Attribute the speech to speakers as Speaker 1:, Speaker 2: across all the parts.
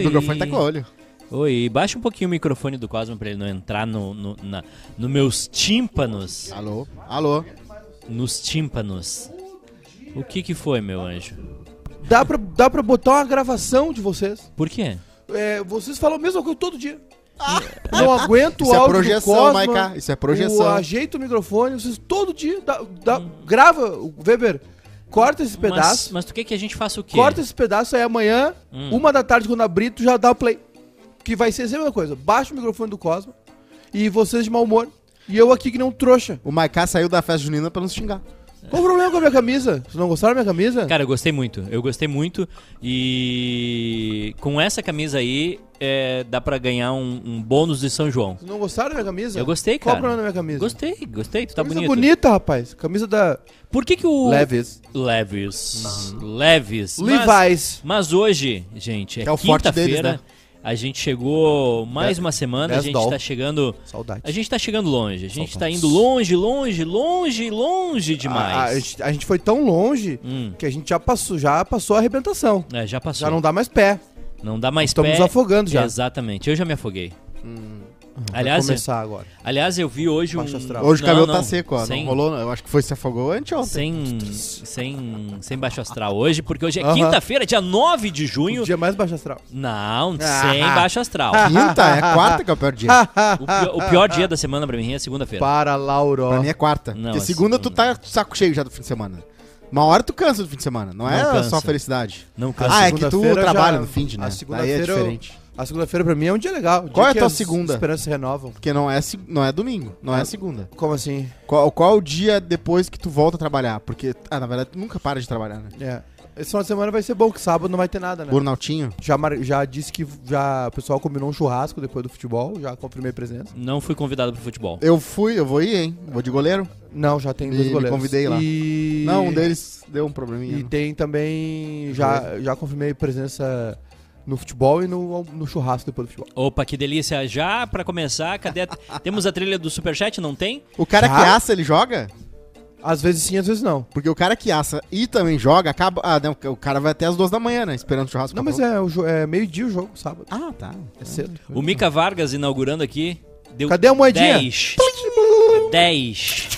Speaker 1: microfone tá com olho.
Speaker 2: Oi, baixa um pouquinho o microfone do Cosmo pra ele não entrar no, no,
Speaker 1: né?
Speaker 2: na, no meus tímpanos.
Speaker 1: Alô? Alô?
Speaker 2: Nos tímpanos. O que que foi, meu anjo?
Speaker 3: Dá pra, dá pra botar uma gravação de vocês.
Speaker 2: Por quê?
Speaker 3: É, vocês falam a mesma coisa todo dia.
Speaker 2: Ah.
Speaker 3: Não aguento
Speaker 1: Isso
Speaker 3: o
Speaker 1: é
Speaker 3: áudio
Speaker 1: projeção,
Speaker 3: do Cosma,
Speaker 1: Maiká, isso é projeção.
Speaker 3: O, ajeita o microfone, vocês todo dia... dá- dá- Grava, o Weber, corta esse
Speaker 2: Mas,
Speaker 3: pedaço.
Speaker 2: mas tu quer que a gente faça o quê? Hum.
Speaker 3: Corta esse pedaço aí amanhã, uma da tarde, quando abrir, tu já dá o play. Que vai ser sempre a mesma coisa. Baixa o microfone do Cosmo e vocês de mau humor. E eu aqui que nem um trouxa.
Speaker 1: O Maiká saiu da festa junina pra nos xingar.
Speaker 3: Qual o problema com a minha camisa? Vocês não gostaram da minha camisa?
Speaker 2: Cara, eu gostei muito. Eu gostei muito. E com essa camisa aí, é, dá pra ganhar um, um bônus de São João.
Speaker 3: Vocês não gostaram da minha camisa?
Speaker 2: Eu gostei,
Speaker 3: Qual
Speaker 2: cara.
Speaker 3: o problema da minha camisa?
Speaker 2: Gostei, gostei. Tu tá
Speaker 3: camisa
Speaker 2: bonito.
Speaker 3: bonita, rapaz. Camisa da
Speaker 2: Por que que o...
Speaker 3: Levis.
Speaker 2: Levis. Levis. Mas,
Speaker 3: Levi's.
Speaker 2: mas hoje, gente, é,
Speaker 1: Que é o forte deles,
Speaker 2: quinta-feira.
Speaker 1: né?
Speaker 2: A gente chegou mais
Speaker 3: Dez-
Speaker 2: uma semana. A
Speaker 3: dez
Speaker 2: gente
Speaker 3: doll.
Speaker 2: tá chegando...
Speaker 3: Saudade.
Speaker 2: A gente tá chegando longe. A gente tá
Speaker 1: Saudades.
Speaker 2: indo longe, longe, longe, longe
Speaker 3: A, a
Speaker 2: demais.
Speaker 3: gente- a gente foi tão longe
Speaker 2: Hum.
Speaker 3: que a gente já passou, já passou a arrebentação.
Speaker 2: É, já passou.
Speaker 3: Já não dá mais pé.
Speaker 2: Não dá mais
Speaker 3: Estamos
Speaker 2: pé.
Speaker 3: afogando já.
Speaker 2: Exatamente. Eu já me afoguei.
Speaker 3: Vai
Speaker 2: aliás,
Speaker 3: começar agora.
Speaker 2: aliás, eu vi hoje um...
Speaker 3: Baixo astral.
Speaker 1: Hoje o
Speaker 2: Não,
Speaker 1: cabelo
Speaker 2: não.
Speaker 1: tá seco, ó.
Speaker 2: Sem-
Speaker 1: Não rolou, não. Eu acho que foi se afogou anteontem.
Speaker 2: Sem, sem, sem baixo astral hoje, porque hoje é
Speaker 3: Aham.
Speaker 2: quinta-feira, dia 9 de junho.
Speaker 3: O dia mais baixo astral.
Speaker 2: Não,
Speaker 3: Ah.
Speaker 2: sem baixo astral.
Speaker 1: Quinta? É quarta que é o pior dia.
Speaker 2: O, pio- o pior dia da semana pra mim é segunda-feira.
Speaker 3: Para Lauro.
Speaker 1: Pra mim é quarta.
Speaker 2: Não,
Speaker 1: Porque
Speaker 2: assim,
Speaker 1: segunda tu tá de saco cheio já do fim de semana. Uma hora tu cansa do fim de semana, não, é
Speaker 2: Não cansa.
Speaker 1: só felicidade.
Speaker 2: Não cansa.
Speaker 1: Ah, é que tu
Speaker 3: segunda-feira já-
Speaker 1: trabalha no fim de, né?
Speaker 3: a
Speaker 1: Daí é
Speaker 3: segunda-feira eu-
Speaker 1: diferente.
Speaker 3: A segunda-feira pra mim é um dia legal. o
Speaker 1: Qual é
Speaker 3: dia
Speaker 1: a
Speaker 3: que
Speaker 1: tua
Speaker 3: as
Speaker 1: segunda?
Speaker 3: esperanças se renovam.
Speaker 1: Porque não é, se- não é domingo,
Speaker 2: Ah.
Speaker 1: não é segunda.
Speaker 3: Como assim?
Speaker 1: Qual, qual o dia depois que tu volta a trabalhar? Porque, ah, na verdade, tu nunca para de trabalhar, né?
Speaker 3: É. Esse final de semana vai ser bom, que sábado não vai ter nada, né?
Speaker 1: Burnoutinho?
Speaker 3: Já, mar- já disse que já, o pessoal combinou um churrasco depois do futebol, já confirmei presença.
Speaker 2: Não fui convidado pro futebol.
Speaker 1: Eu fui, eu vou ir, hein? Vou de goleiro.
Speaker 3: Não, já tem
Speaker 1: Me-
Speaker 3: dois
Speaker 1: me
Speaker 3: goleiros.
Speaker 1: convidei lá.
Speaker 3: E...
Speaker 1: Não, um deles deu um
Speaker 3: E
Speaker 1: probleminha. né?
Speaker 3: tem também. Já, já confirmei presença no futebol e no, no churrasco depois do futebol.
Speaker 2: Opa, que delícia. Já pra começar, cadê a... Temos a trilha do Superchat, não tem?
Speaker 1: O cara
Speaker 3: Já?
Speaker 1: que aça, ele joga?
Speaker 3: Às vezes sim, às vezes não.
Speaker 1: Porque o cara que aça e também joga, acaba. Ah, não, o cara vai até as duas da manhã, né? Esperando o churrasco.
Speaker 3: Não, mas é, o jo- é meio-dia o jogo, sábado.
Speaker 1: Ah, tá.
Speaker 3: É cedo.
Speaker 2: O Mica Vargas inaugurando aqui. Deu
Speaker 3: Cadê a moedinha?
Speaker 2: 10. 10.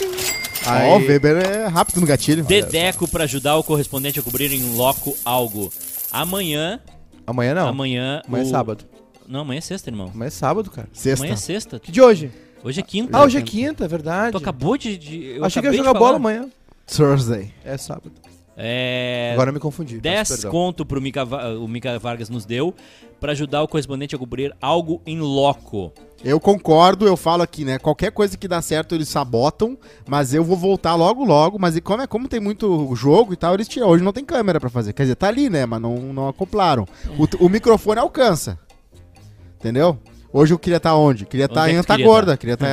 Speaker 1: Ó, o Weber é rápido no gatilho.
Speaker 2: Dedeco pra ajudar o correspondente a cobrir em loco algo. Amanhã.
Speaker 3: Amanhã não. Amanhã,
Speaker 2: Amanhã.
Speaker 3: é
Speaker 2: o-
Speaker 3: sábado.
Speaker 2: Não, amanhã é sexta, irmão.
Speaker 3: Amanhã é sábado, cara.
Speaker 1: Sexta.
Speaker 2: Amanhã é sexta.
Speaker 3: Que de hoje?
Speaker 2: Hoje é quinta.
Speaker 3: Ah, hoje é quinta, é verdade.
Speaker 2: Tu acabou de. de eu
Speaker 3: Achei que
Speaker 2: acabei
Speaker 3: ia
Speaker 2: de
Speaker 3: jogar bola
Speaker 2: falar.
Speaker 3: amanhã.
Speaker 1: Thursday.
Speaker 3: É sábado.
Speaker 2: É.
Speaker 3: Agora eu me confundi.
Speaker 2: 10
Speaker 3: peço perdão.
Speaker 2: conto pro Mica, Va- o Mica Vargas nos deu pra ajudar o correspondente a cobrir algo em loco.
Speaker 1: Eu concordo, eu falo aqui, né? Qualquer coisa que dá certo, eles sabotam, mas eu vou voltar logo, logo. Mas e como, é, como tem muito jogo e tal, eles tiram. Hoje não tem câmera pra fazer. Quer dizer, tá ali, né? Mas não, não acoplaram. O, t- o microfone alcança. Entendeu? Hoje eu queria estar onde? Queria estar
Speaker 2: Onde é
Speaker 1: em
Speaker 2: que tu queria
Speaker 1: Antagorda.
Speaker 2: tá?
Speaker 1: Queria estar em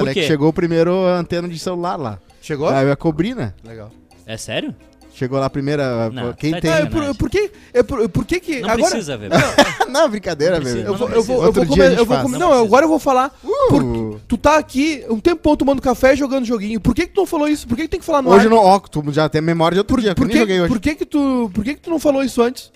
Speaker 2: Por
Speaker 1: né?
Speaker 2: quê?
Speaker 1: Que chegou o primeiro antena de celular lá.
Speaker 3: Chegou?
Speaker 1: Aí eu ia cobrir, né?
Speaker 3: Legal.
Speaker 2: É sério?
Speaker 1: Chegou lá a primeira.
Speaker 2: Não,
Speaker 1: quem
Speaker 2: tá
Speaker 1: tem.
Speaker 3: Ah, é por, é por que. É por, é por que que.
Speaker 2: Não
Speaker 3: agora.
Speaker 2: precisa, velho.
Speaker 1: não, brincadeira,
Speaker 2: Não precisa,
Speaker 1: velho.
Speaker 3: Eu vou,
Speaker 2: não
Speaker 3: eu vou, eu
Speaker 1: Outro
Speaker 3: vou
Speaker 1: dia a
Speaker 3: comer,
Speaker 1: gente
Speaker 3: eu vou
Speaker 1: faz.
Speaker 3: comer-
Speaker 2: Não
Speaker 3: Não,
Speaker 2: precisa.
Speaker 3: agora eu vou falar.
Speaker 1: Uh!
Speaker 3: Por- tu tá aqui um tempão tomando café e jogando joguinho. Por que que tu não falou isso? Por que que tem que falar no
Speaker 1: Hoje
Speaker 3: ar?
Speaker 1: não, ó, tu já tem memória de outro dia, que eu
Speaker 3: Por
Speaker 1: nem
Speaker 3: que,
Speaker 1: joguei hoje.
Speaker 3: por que que tu, por que que tu não falou isso antes?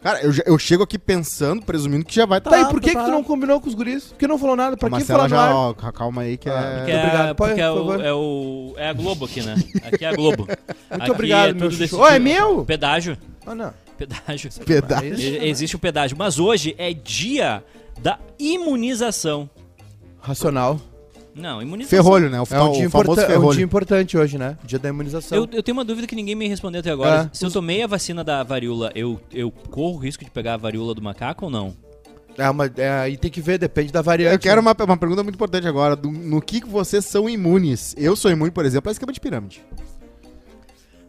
Speaker 1: Cara, eu, já- eu chego aqui pensando, presumindo que já vai estar.
Speaker 3: Tá, e por que que tu não combinou com os guris? Por que não falou nada? Pra que falar no
Speaker 1: Ah, já,
Speaker 3: ar?
Speaker 1: ó, ca- calma aí que
Speaker 3: Ah,
Speaker 2: Porque
Speaker 1: é.
Speaker 2: é,
Speaker 3: obrigado. Pode,
Speaker 2: porque é,
Speaker 3: por
Speaker 2: o,
Speaker 3: favor.
Speaker 2: é, o- é a Globo aqui, né? Aqui é a Globo.
Speaker 3: Muito obrigado, meu
Speaker 2: desse
Speaker 3: chuchu. Ó, é
Speaker 2: tipo.
Speaker 3: meu?
Speaker 2: Pedágio.
Speaker 3: Ah, não.
Speaker 2: Pedágio.
Speaker 1: Pedaço.
Speaker 3: Aí-
Speaker 2: E- Existe o pedágio. Mas hoje é dia da imunização.
Speaker 3: Racional.
Speaker 2: Não, imunização.
Speaker 1: Ferrolho, né? O,
Speaker 3: É
Speaker 1: fa-
Speaker 3: um,
Speaker 1: o famoso
Speaker 3: dia importan- é um
Speaker 1: ferrolho.
Speaker 3: dia importante hoje, né? Dia da imunização.
Speaker 2: Eu, eu tenho uma dúvida que ninguém me respondeu até agora.
Speaker 3: É.
Speaker 2: Se eu tomei a vacina da varíola, eu, eu corro o risco de pegar a varíola do macaco ou não?
Speaker 3: É uma, é, aí tem que ver, depende da variante. né?
Speaker 1: Eu quero uma, uma pergunta muito importante agora. do- no que, que vocês são imunes? Eu sou imune, por exemplo, a esquema de pirâmide.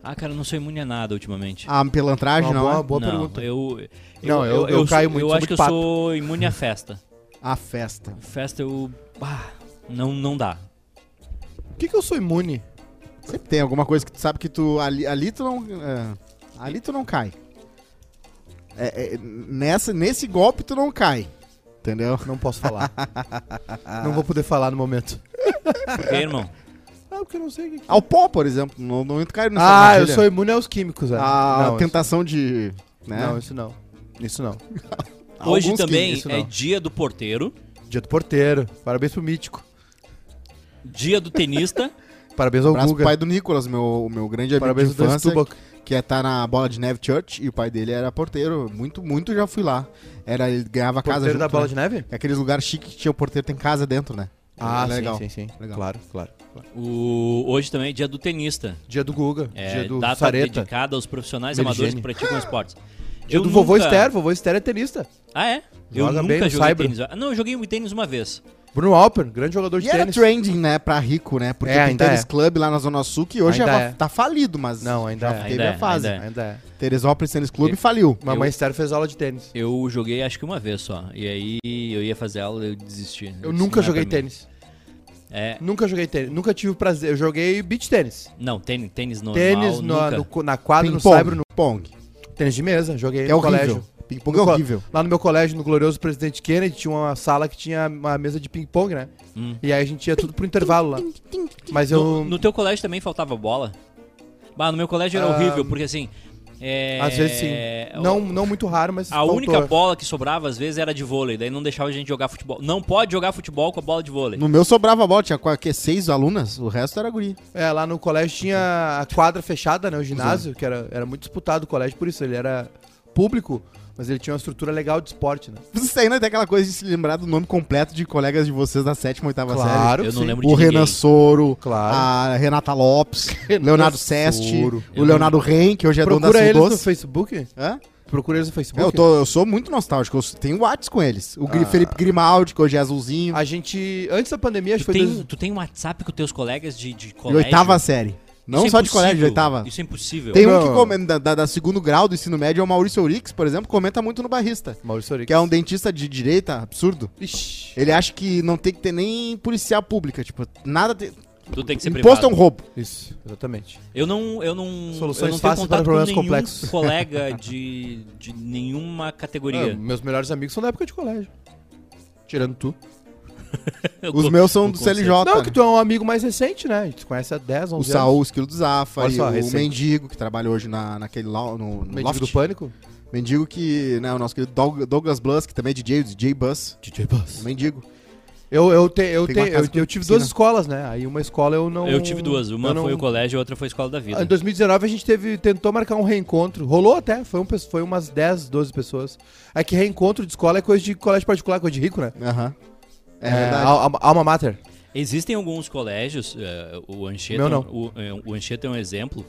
Speaker 2: Ah, cara, eu não sou imune a nada ultimamente.
Speaker 1: A
Speaker 3: uma
Speaker 1: pilantragem, não.
Speaker 3: boa,
Speaker 1: é?
Speaker 3: boa
Speaker 2: não,
Speaker 3: pergunta.
Speaker 2: Eu, eu,
Speaker 3: Não, eu- eu
Speaker 2: sou-
Speaker 3: caio muito,
Speaker 2: Eu
Speaker 3: sou
Speaker 2: acho
Speaker 3: muito
Speaker 2: que eu
Speaker 3: pato.
Speaker 2: sou imune à festa.
Speaker 1: A festa.
Speaker 2: Festa eu. Ah, não, não dá.
Speaker 3: Por que que eu sou imune?
Speaker 1: Sempre tem alguma coisa que tu sabe que tu. Ali, ali tu não. é, ali tu não cai. É, é, nessa, nesse golpe tu não cai. Entendeu?
Speaker 3: Não posso falar. não vou poder falar no momento.
Speaker 2: Por quê, irmão?
Speaker 3: Ah, porque eu não sei o que
Speaker 1: Ao pó, por exemplo. Não, não cai nessa
Speaker 3: Ah, eu
Speaker 1: armadilha.
Speaker 3: sou imune aos químicos, é.
Speaker 1: A
Speaker 3: não,
Speaker 1: tentação de.
Speaker 3: isso,
Speaker 1: Né?
Speaker 3: não, isso não. Isso não.
Speaker 2: Hoje
Speaker 3: Alguns que-
Speaker 2: também
Speaker 3: isso
Speaker 2: é
Speaker 3: não.
Speaker 2: dia do porteiro,
Speaker 3: Dia do porteiro. Parabéns pro Mítico.
Speaker 2: dia do tenista.
Speaker 3: Parabéns ao
Speaker 1: Abraço pro
Speaker 3: Guga.
Speaker 1: pai do Nicolas, meu, meu grande amigo
Speaker 3: Parabéns
Speaker 1: de
Speaker 3: do Dan
Speaker 1: infância,
Speaker 3: Stubach.
Speaker 1: que é, tá na bola de neve church, e o pai dele era porteiro. Muito, muito já fui lá. Era, ele ganhava casa
Speaker 3: Porteiro
Speaker 1: junto,
Speaker 3: da bola
Speaker 1: né?
Speaker 3: de neve?
Speaker 1: É aqueles lugares chiques que tinha o porteiro tem casa dentro, né?
Speaker 3: Ah,
Speaker 1: Era
Speaker 3: sim,
Speaker 1: legal.
Speaker 3: sim, sim.
Speaker 1: Legal.
Speaker 3: Claro, claro.
Speaker 2: O- hoje também é dia do tenista.
Speaker 3: Dia do Guga.
Speaker 2: É,
Speaker 3: dia do
Speaker 2: data
Speaker 3: Sareta.
Speaker 2: dedicada aos profissionais
Speaker 3: Meligeni.
Speaker 2: amadores que praticam esportes.
Speaker 3: Dia
Speaker 2: Eu
Speaker 3: É do vovô
Speaker 2: nunca-
Speaker 3: Esther. Vovô Esther é tenista.
Speaker 2: Ah, é? Eu
Speaker 3: Joga bem
Speaker 2: nunca
Speaker 3: no
Speaker 2: joguei
Speaker 3: cyber.
Speaker 2: tênis. Ah, Não, eu joguei tênis uma vez.
Speaker 3: Bruno Alper, grande jogador de
Speaker 1: E era
Speaker 3: tênis.
Speaker 1: trending, né, pra rico, né? Porque
Speaker 3: É,
Speaker 1: tem
Speaker 3: ainda
Speaker 1: tênis
Speaker 3: é.
Speaker 1: club lá na Zona Sul que hoje
Speaker 3: Ainda
Speaker 1: já
Speaker 3: é.
Speaker 1: tá falido, mas
Speaker 3: Não, ainda
Speaker 1: já
Speaker 3: é.
Speaker 1: teve
Speaker 2: Ainda é,
Speaker 1: a fase.
Speaker 2: ainda
Speaker 3: Ainda é.
Speaker 1: Teresópolis Tênis Clube faliu.
Speaker 3: Mamãe Esther fez aula de tênis.
Speaker 2: Eu joguei acho que uma vez só. E aí eu ia fazer aula eu desisti.
Speaker 3: Eu
Speaker 2: disse,
Speaker 3: nunca
Speaker 2: "Não é
Speaker 3: joguei
Speaker 2: pra mim."
Speaker 3: tênis.
Speaker 2: É,
Speaker 3: Nunca joguei tênis. Nunca tive o prazer. Eu joguei beach tênis.
Speaker 2: não, tênis, tênis normal,
Speaker 3: tênis na-
Speaker 2: nunca.
Speaker 3: no co- na quadra, no
Speaker 1: Ping-pong.
Speaker 3: cyber, no
Speaker 1: Pong.
Speaker 3: tênis de mesa. Joguei
Speaker 1: Que é
Speaker 3: no
Speaker 1: horrível.
Speaker 3: colégio.
Speaker 1: Ping-pong é
Speaker 3: No co-
Speaker 1: horrível.
Speaker 3: Lá no meu colégio, no glorioso Presidente Kennedy, tinha uma sala que tinha uma mesa de ping-pong, né?
Speaker 2: Hum.
Speaker 3: E aí a gente ia tudo pro intervalo lá. Mas eu...
Speaker 2: No, no teu colégio também faltava bola? Bah, no meu colégio era
Speaker 3: Ah,
Speaker 2: horrível, porque assim... é,
Speaker 3: Às vezes sim.
Speaker 2: o-
Speaker 3: Não, não muito raro, mas
Speaker 2: A
Speaker 3: faltou.
Speaker 2: única bola que sobrava às vezes era de vôlei, daí não deixava a gente jogar futebol. Não pode jogar futebol com a bola de vôlei.
Speaker 1: No meu sobrava a bola, tinha qua- que, seis alunas, o resto era guri.
Speaker 3: É, lá no colégio tinha a quadra fechada, né? O ginásio, que era, era muito disputado o colégio, por isso ele era público, mas ele tinha uma estrutura legal de esporte, né?
Speaker 1: Vocês ainda tem aquela coisa de se lembrar do nome completo de colegas de vocês da sétima, oitava série.
Speaker 3: Claro que
Speaker 2: Eu não
Speaker 3: sim.
Speaker 2: lembro de
Speaker 1: O
Speaker 2: ninguém.
Speaker 1: Renan Soro,
Speaker 3: Claro.
Speaker 1: a Renata Lopes, Ah, Leonardo Seste,
Speaker 3: Soro.
Speaker 1: o Leonardo Ren, que hoje é dono da
Speaker 3: Procura eles no
Speaker 1: Sudoce.
Speaker 3: Facebook?
Speaker 1: Hã?
Speaker 3: Procura eles no Facebook?
Speaker 1: É, Eu, tô- eu sou muito nostálgico, eu tenho Whats com eles. O Gri-
Speaker 2: Ah.
Speaker 1: Felipe Grimaldi, que hoje é azulzinho,
Speaker 3: A gente, antes da pandemia, acho
Speaker 2: Tu
Speaker 3: que foi...
Speaker 2: tem,
Speaker 3: dois-
Speaker 2: tu tem um WhatsApp com teus colegas de, de
Speaker 1: de
Speaker 2: colégio?
Speaker 1: oitava série. Não
Speaker 2: Isso é
Speaker 1: só de
Speaker 2: impossível.
Speaker 1: colégio, de oitava.
Speaker 2: Isso é impossível.
Speaker 1: Tem um
Speaker 3: Não.
Speaker 1: que comenta da, da- da segundo grau do ensino médio, é o Maurício Urix, por exemplo, comenta muito no Barrista.
Speaker 3: Maurício Sorix.
Speaker 1: Que é um dentista de direita, absurdo.
Speaker 3: Ixi,
Speaker 1: Ele acha que não tem que ter nem policial pública, tipo, nada. Te...
Speaker 2: Tu tem que ser
Speaker 1: Imposto é
Speaker 2: privado.
Speaker 1: um roubo.
Speaker 3: isso, exatamente.
Speaker 2: Eu não, eu não,
Speaker 3: Soluções
Speaker 2: eu não
Speaker 3: fáceis para problemas
Speaker 2: nenhum
Speaker 3: complexos.
Speaker 2: colega de, de nenhuma
Speaker 3: Ah,
Speaker 2: categoria.
Speaker 3: meus melhores amigos são da época de colégio. Tirando tu. Ah,
Speaker 2: Eu
Speaker 1: Os
Speaker 2: tô-
Speaker 1: meus são
Speaker 2: eu
Speaker 1: do
Speaker 2: tô certo.
Speaker 1: CLJ.
Speaker 3: Não,
Speaker 1: né?
Speaker 3: que tu é um amigo mais recente, né? A gente se conhece há 10, 11
Speaker 1: O
Speaker 3: anos.
Speaker 1: Saul, o Esquilo do Zafa,
Speaker 3: Olha
Speaker 1: e
Speaker 3: só,
Speaker 1: o
Speaker 3: recente.
Speaker 1: Mendigo, que trabalha hoje na, naquele lau- no, no
Speaker 3: Mendigo
Speaker 1: loft.
Speaker 3: do Pânico.
Speaker 1: Mendigo que, né, o nosso querido Doug- Douglas Bluss, que também é DJ, DJ Bus.
Speaker 3: DJ Buzz.
Speaker 1: Mendigo.
Speaker 3: Eu, eu, te, eu,
Speaker 1: Tem
Speaker 3: te-
Speaker 1: uma casa
Speaker 3: eu,
Speaker 1: com
Speaker 3: eu tive
Speaker 1: piscina.
Speaker 3: duas escolas, né? Aí uma escola eu não.
Speaker 2: Eu tive duas. Uma
Speaker 3: eu não-
Speaker 2: foi o né? colégio, a outra foi a escola da vida.
Speaker 3: Em 2019 a gente teve, tentou marcar um reencontro. Rolou até, foi, um, pe- foi umas 10, 12 pessoas. É que reencontro de escola é coisa de colégio particular, coisa de rico, né?
Speaker 1: Aham. É,
Speaker 3: É,
Speaker 1: verdade.
Speaker 3: al- alma, alma mater.
Speaker 2: Existem alguns colégios, eh, o Anchieta,
Speaker 3: Meu não.
Speaker 2: O, eh, o Anchieta é um exemplo.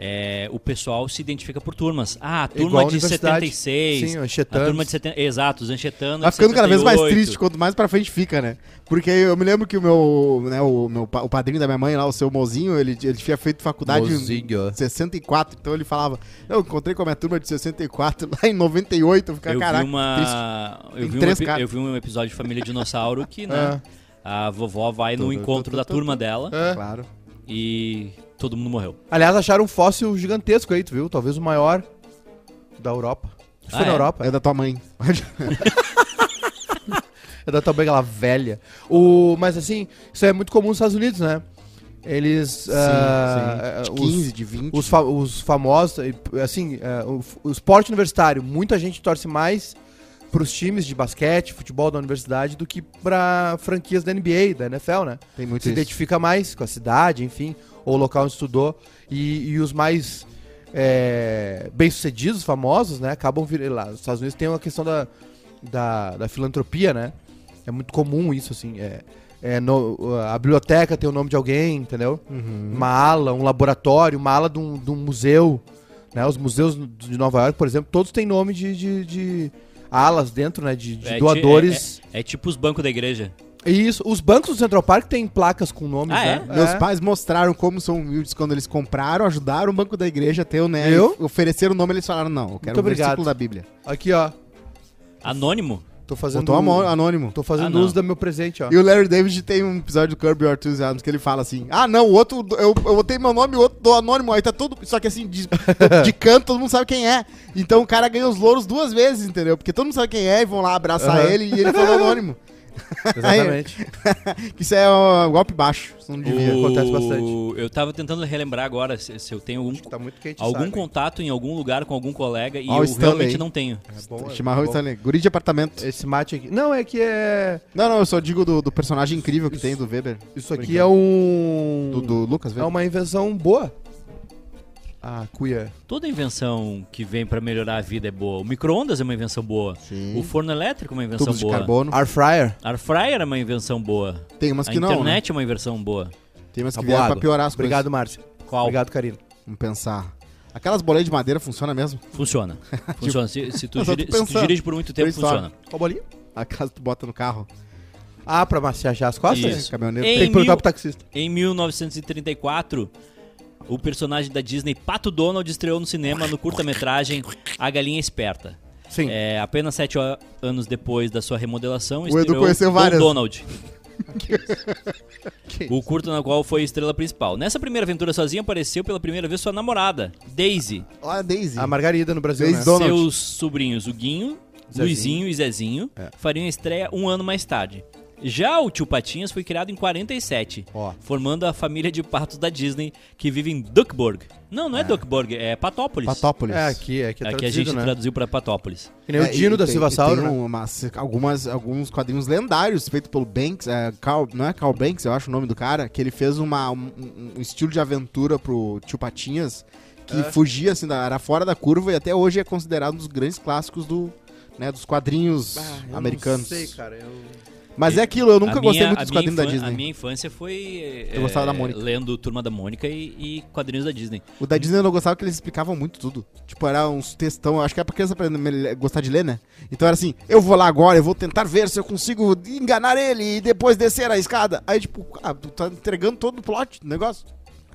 Speaker 2: eh, o pessoal se identifica por turmas. Ah, a turma
Speaker 3: Igual a
Speaker 2: de
Speaker 3: universidade.
Speaker 2: 76.
Speaker 3: Sim,
Speaker 2: É a
Speaker 3: anchetanos.
Speaker 2: turma de 70. Exato, os anchetanos.
Speaker 3: é
Speaker 1: Vai
Speaker 2: de
Speaker 1: ficando cada vez mais
Speaker 2: 78.
Speaker 1: triste quanto mais pra frente fica, né? Porque eu me lembro que o meu, né, o, meu pa- o padrinho da minha mãe lá, o seu mozinho, ele, ele tinha feito faculdade
Speaker 3: Mozinho.
Speaker 1: em 64, então ele falava, eu encontrei com a minha turma de 64 lá em 98, eu ficava,
Speaker 2: Eu
Speaker 1: caraca,
Speaker 2: vi uma. Eu
Speaker 1: Tem
Speaker 2: vi um,
Speaker 1: três
Speaker 2: epi-
Speaker 1: caras.
Speaker 2: eu vi um episódio de Família Dinossauro que,
Speaker 3: É,
Speaker 2: né?
Speaker 1: É.
Speaker 2: A vovó vai no
Speaker 1: Tudo,
Speaker 2: encontro
Speaker 1: tudo,
Speaker 2: da
Speaker 1: tudo,
Speaker 2: turma dela
Speaker 1: triste.
Speaker 3: É.
Speaker 1: Claro.
Speaker 2: e todo mundo morreu.
Speaker 3: Aliás, acharam um fóssil gigantesco aí, tu viu? Talvez o maior da Europa. Acho que
Speaker 2: Ah,
Speaker 3: foi na
Speaker 2: é?
Speaker 3: Europa.
Speaker 1: É da tua mãe.
Speaker 3: É da tamanho aquela velha. O, mas assim, isso é muito comum nos Estados Unidos, né? Eles. ah,
Speaker 1: De
Speaker 3: ah, os-
Speaker 1: 15, de 20.
Speaker 3: Os, fa- os famosos, eh, p- assim, eh, o, f- o esporte universitário, muita gente torce mais pros times de basquete, futebol da universidade, do que pra franquias da NBA, da NFL, né?
Speaker 1: Tem muito
Speaker 3: Se
Speaker 1: isso.
Speaker 3: identifica mais com a cidade, enfim, ou o local onde estudou. E, e os mais eh, bem-sucedidos, famosos, né? Acabam virando lá. Os Estados Unidos tem uma questão da, da, da filantropia, né? É muito comum isso, assim. É, é no- a biblioteca tem o nome de alguém, entendeu?
Speaker 2: Uhum.
Speaker 3: Uma ala, um laboratório, uma ala de um, de um museu. Né? Os museus de Nova York, por exemplo, todos têm nome de, de- de alas dentro, né? De, de
Speaker 2: É ti-
Speaker 3: doadores.
Speaker 2: É, é tipo os bancos da igreja.
Speaker 3: Isso. Os bancos do Central Park têm placas com nomes,
Speaker 2: Ah,
Speaker 3: né?
Speaker 1: Meus pais mostraram como são humildes quando eles compraram, ajudaram o banco da igreja a ter o né,
Speaker 3: Eu?
Speaker 1: e Ofereceram o nome, eles falaram, não, eu quero
Speaker 3: Muito
Speaker 1: o versículo
Speaker 3: obrigado.
Speaker 1: da Bíblia.
Speaker 3: Aqui, ó.
Speaker 2: Anônimo?
Speaker 3: Tô fazendo.
Speaker 1: Botou amo- anônimo.
Speaker 3: Tô fazendo
Speaker 2: Ah, não.
Speaker 3: uso do meu presente, ó.
Speaker 1: E o Larry David tem um episódio do Curb Your Enthusiasm que ele fala assim: Ah, não, o outro, eu, eu botei meu nome, o outro do anônimo, aí tá todo. Só que assim, de, de canto, todo mundo sabe quem é. Então o cara ganha os louros duas vezes, entendeu? Porque todo mundo sabe quem é e vão lá abraçar
Speaker 3: Aham.
Speaker 1: ele e ele foi o anônimo.
Speaker 3: Exatamente.
Speaker 1: Que isso é um golpe baixo. Isso não devia.
Speaker 3: O- acontece bastante.
Speaker 2: Eu tava tentando relembrar agora se, se eu tenho um algum,
Speaker 3: Tá muito quente.
Speaker 2: algum
Speaker 3: sabe?
Speaker 2: contato em algum lugar com algum colega e
Speaker 1: Ó, o
Speaker 2: eu
Speaker 1: Stanley.
Speaker 2: realmente não tenho.
Speaker 3: É bom, é
Speaker 1: Chimarrão
Speaker 3: bom.
Speaker 1: italiano. Guri de apartamento.
Speaker 3: Esse mate aqui. Não, é que é.
Speaker 1: Não, não, eu só digo do, do personagem incrível que tem do Weber.
Speaker 3: Isso aqui
Speaker 1: Brincando.
Speaker 3: é um.
Speaker 1: Do, do Lucas
Speaker 3: É
Speaker 1: Weber.
Speaker 3: uma invenção boa. A
Speaker 1: Ah,
Speaker 3: cuia.
Speaker 2: Toda invenção que vem pra melhorar a vida é boa. O micro-ondas é uma invenção boa.
Speaker 1: Sim.
Speaker 2: O forno elétrico é uma invenção
Speaker 1: Tubos de
Speaker 2: boa.
Speaker 1: carbono.
Speaker 3: Air fryer.
Speaker 2: Air fryer é uma invenção boa.
Speaker 1: Tem umas
Speaker 2: a
Speaker 1: que não, né?
Speaker 2: internet é uma invenção boa.
Speaker 1: Tem umas que
Speaker 3: Tá
Speaker 1: vieram
Speaker 3: boa
Speaker 1: pra
Speaker 3: água.
Speaker 1: piorar as
Speaker 3: Obrigado, Márcia.
Speaker 2: Qual?
Speaker 3: Obrigado, Karina.
Speaker 1: coisas. Vamos pensar. Aquelas boleias de madeira funcionam mesmo?
Speaker 2: Funciona. Funciona. se, se tu
Speaker 1: Tipo, Eu só tô
Speaker 2: giri- se tu
Speaker 1: pensando.
Speaker 2: dirige por muito tempo,
Speaker 1: Brainstorm.
Speaker 2: funciona.
Speaker 3: Qual bolinha?
Speaker 1: A casa tu bota no carro.
Speaker 3: Ah, pra massagear as costas?
Speaker 2: Isso.
Speaker 1: É, Caminhoneiro.
Speaker 2: Ei.
Speaker 3: Tem que perguntar
Speaker 2: mil-
Speaker 3: pro taxista.
Speaker 2: Em 1934, o personagem da Disney Pato Donald estreou no cinema no curta-metragem A Galinha Esperta.
Speaker 3: Sim.
Speaker 2: É, apenas sete a- anos depois da sua remodelação,
Speaker 1: Edu
Speaker 2: estreou
Speaker 1: conheceu
Speaker 2: Don
Speaker 1: várias.
Speaker 2: Donald,
Speaker 3: Que
Speaker 2: o curta na qual foi a estrela principal. Nessa primeira aventura sozinha apareceu pela primeira vez sua namorada, Daisy,
Speaker 1: Olha a Daisy.
Speaker 3: A Margarida no Brasil,
Speaker 1: Desde
Speaker 3: né?
Speaker 1: do- Donald.
Speaker 2: seus sobrinhos, o Guinho,
Speaker 3: Zezinho. É.
Speaker 2: Luizinho e Zezinho, fariam estreia um ano mais tarde. Já o Tio Patinhas foi criado em 47,
Speaker 3: Ó.
Speaker 2: formando a família de patos da Disney que vive em Duckburg. Não, não é, Duckburg, é Patópolis.
Speaker 1: Patópolis. É,
Speaker 3: É, aqui, é aqui é
Speaker 2: Aqui a gente
Speaker 3: traduzido, né?
Speaker 2: traduziu pra Patópolis.
Speaker 3: Que nem o Dino
Speaker 1: e
Speaker 3: da
Speaker 1: tem- um
Speaker 3: Silva
Speaker 1: e
Speaker 3: Sauro,
Speaker 1: tem
Speaker 3: né?
Speaker 1: umas- algumas, alguns quadrinhos lendários feitos pelo Banks, é, Carl- não é Carl Banks, eu acho o nome do cara, que ele fez uma, um, um estilo de aventura pro Tio Patinhas, que
Speaker 2: É.
Speaker 1: fugia, assim, da- era fora da curva e até hoje é considerado um dos grandes clássicos do, né, dos quadrinhos
Speaker 2: Ah,
Speaker 1: americanos.
Speaker 3: Ah, Não sei, cara. Eu...
Speaker 1: Mas é aquilo, eu nunca
Speaker 2: A
Speaker 1: gostei
Speaker 2: minha-
Speaker 1: muito
Speaker 2: a
Speaker 1: dos
Speaker 2: minha
Speaker 1: quadrinhos da
Speaker 2: infan-
Speaker 1: Disney.
Speaker 2: A minha infância foi eh,
Speaker 1: Eu gostava da Mônica.
Speaker 2: lendo Turma da Mônica e, e quadrinhos da Disney.
Speaker 1: O da Disney eu não gostava que eles explicavam muito tudo. Tipo, era uns textão, eu acho que era pra criança aprender a le- gostar de ler, né? Então era assim, eu vou lá agora, eu vou tentar ver se eu consigo enganar ele e depois descer a escada. Aí, tipo, ah, tu tá entregando todo o plot do negócio.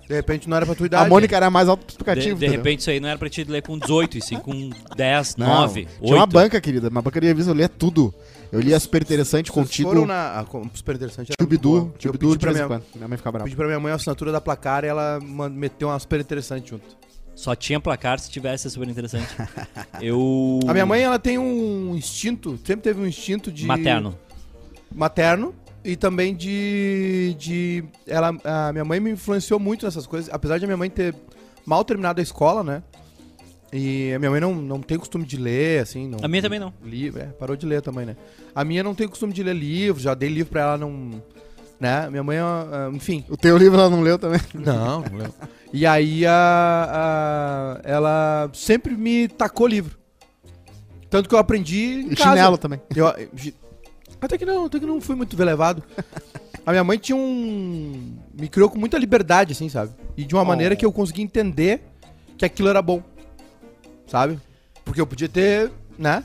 Speaker 3: De repente não era pra tua idade.
Speaker 1: a Mônica era mais
Speaker 2: De,
Speaker 1: autoexplicativa,
Speaker 2: de
Speaker 1: entendeu?
Speaker 2: repente isso aí não era pra te ler com 18, e sim com 10,
Speaker 1: Não,
Speaker 2: 9,
Speaker 1: Tinha
Speaker 2: 8.
Speaker 1: uma banca, querida, uma banca de revista, eu lia tudo. Eu lia Super Interessante,
Speaker 3: Vocês Foram
Speaker 1: Contigo,
Speaker 3: na... ah, com- super interessante. era muito
Speaker 1: Tchubidu,
Speaker 3: boa. Eu
Speaker 1: Tchubidu
Speaker 3: pedi
Speaker 1: de
Speaker 3: pra
Speaker 1: vez em
Speaker 3: minha...
Speaker 1: quando. Minha mãe ficava brava.
Speaker 3: Pedi pra minha mãe a assinatura da placar e ela man- meteu uma super interessante junto.
Speaker 2: Só tinha placar se tivesse, é super interessante. Eu...
Speaker 3: A minha mãe, ela tem um instinto, sempre teve um instinto de...
Speaker 2: Materno.
Speaker 3: materno e também de, de ela a minha mãe me influenciou muito nessas coisas apesar de a minha mãe ter mal terminado a escola né e a minha mãe não, não tem costume de ler assim não
Speaker 2: A minha também
Speaker 1: Tá,
Speaker 2: não.
Speaker 3: livro é, parou de ler também né a minha não tem costume de ler livro já dei livro pra ela não né minha mãe é uma- ah, enfim
Speaker 1: O teu livro ela não leu também.
Speaker 3: não, não leu. e aí a, a- ela sempre me tacou livro tanto que eu aprendi em
Speaker 1: E
Speaker 3: casa.
Speaker 1: chinelo também.
Speaker 3: Eu, eu- até que não, até que não fui muito velevado. A minha mãe tinha um. Me criou com muita liberdade, assim, sabe? E de uma
Speaker 1: Oh.
Speaker 3: maneira que eu consegui entender que aquilo era bom. Sabe? Porque eu podia ter. né?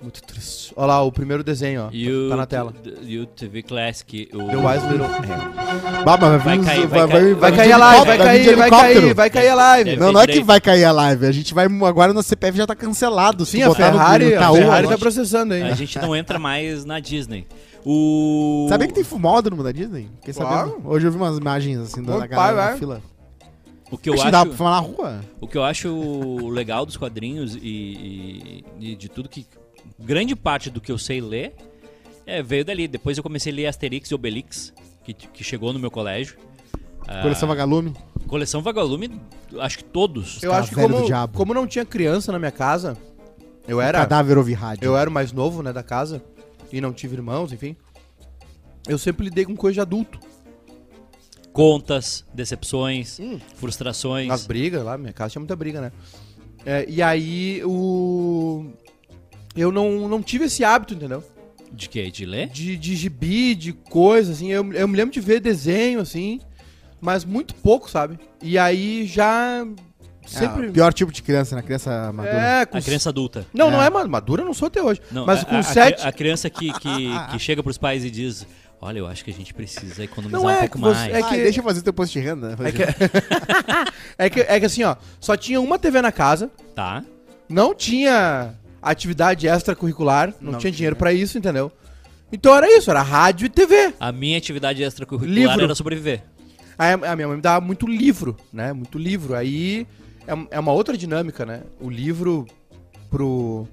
Speaker 3: Muito triste. Olha lá, o primeiro desenho, ó.
Speaker 2: E o,
Speaker 3: tá na tela.
Speaker 2: E o TV Classic. O...
Speaker 3: The Wise Little. É.
Speaker 1: Bah, mas
Speaker 2: Vai
Speaker 1: vir-
Speaker 2: cair, vai cair.
Speaker 3: Vai
Speaker 2: Vai
Speaker 3: cair
Speaker 1: vir
Speaker 3: a
Speaker 1: de
Speaker 3: live,
Speaker 1: helicóptero,
Speaker 3: vai
Speaker 1: vir
Speaker 3: cair,
Speaker 1: de
Speaker 3: vai
Speaker 1: helicóptero.
Speaker 3: cair, vai cair a live.
Speaker 2: Deve-
Speaker 1: Não, não é que
Speaker 2: direito.
Speaker 1: vai cair a live, a gente vai. Agora nosso CPF já tá cancelado. se
Speaker 3: Sim,
Speaker 1: tu
Speaker 3: a
Speaker 1: botar no-
Speaker 3: Ferrari,
Speaker 1: no
Speaker 3: a
Speaker 1: Itaú,
Speaker 3: Ferrari tá
Speaker 1: agora-
Speaker 3: processando,
Speaker 2: A
Speaker 1: É.
Speaker 3: hein?
Speaker 2: gente não entra mais na Disney. O...
Speaker 1: Sabia que tem fumódromo da Disney? Fiquei
Speaker 3: Claro.
Speaker 1: sabendo. Hoje eu vi umas imagens assim da
Speaker 3: Pô,
Speaker 1: da
Speaker 3: pai,
Speaker 1: galera na
Speaker 3: vai.
Speaker 1: fila.
Speaker 2: O que eu
Speaker 1: Acho que dá pra
Speaker 2: acho...
Speaker 1: fumar na rua?
Speaker 2: O que eu acho legal dos quadrinhos e, e- e de tudo que. Grande parte do que eu sei ler é, veio dali. Depois eu comecei a ler Asterix e Obelix, que, que chegou no meu colégio. Ah,
Speaker 1: Coleção Vagalume.
Speaker 2: coleção Vagalume, acho que todos.
Speaker 3: Eu
Speaker 1: Tá
Speaker 3: acho que
Speaker 1: velho do
Speaker 3: como,
Speaker 1: diabo.
Speaker 3: como não tinha criança na minha casa, eu era.
Speaker 1: Cadáver ouvi rádio.
Speaker 2: É,
Speaker 3: Eu era o mais novo, né, da casa. E não tive irmãos, enfim. Eu sempre lidei com coisa de adulto.
Speaker 2: Contas, decepções,
Speaker 3: Hum.
Speaker 2: frustrações.
Speaker 3: Nas brigas lá, minha casa tinha muita briga, né? É, e aí o. Eu não, não tive esse hábito, entendeu?
Speaker 2: De quê? De ler?
Speaker 3: De, de gibi, de coisa, assim. Eu, eu me lembro de ver desenho, assim. Mas muito pouco, sabe? E aí já.
Speaker 1: Ah,
Speaker 3: Sempre.
Speaker 1: pior tipo de criança, né? Criança madura.
Speaker 3: é,
Speaker 2: A criança adulta.
Speaker 3: Não, não
Speaker 1: É.
Speaker 3: é ma- madura, eu não sou até hoje.
Speaker 2: Né? Não, é,
Speaker 3: mas
Speaker 2: a-
Speaker 3: com
Speaker 2: a,
Speaker 3: sete.
Speaker 2: A, criança que, que, que chega pros pais e diz: Olha, eu acho que a gente precisa economizar
Speaker 3: Não
Speaker 2: um
Speaker 3: é
Speaker 2: pouco
Speaker 3: que você-
Speaker 2: mais.
Speaker 3: é
Speaker 1: É
Speaker 3: que-
Speaker 1: deixa eu fazer teu posto de renda.
Speaker 3: É que... é, que, é que assim, ó, só tinha uma TV na casa,
Speaker 2: Tá.
Speaker 3: não tinha atividade extracurricular,
Speaker 1: Não
Speaker 3: não, tinha
Speaker 1: tinha.
Speaker 3: dinheiro pra isso, entendeu? Então era isso, era rádio e TV.
Speaker 2: A minha atividade extracurricular
Speaker 3: Livro.
Speaker 2: era sobreviver.
Speaker 3: Aí a a minha mãe me dava muito livro, né? Muito livro. Aí é, é uma outra dinâmica, né? O livro pro,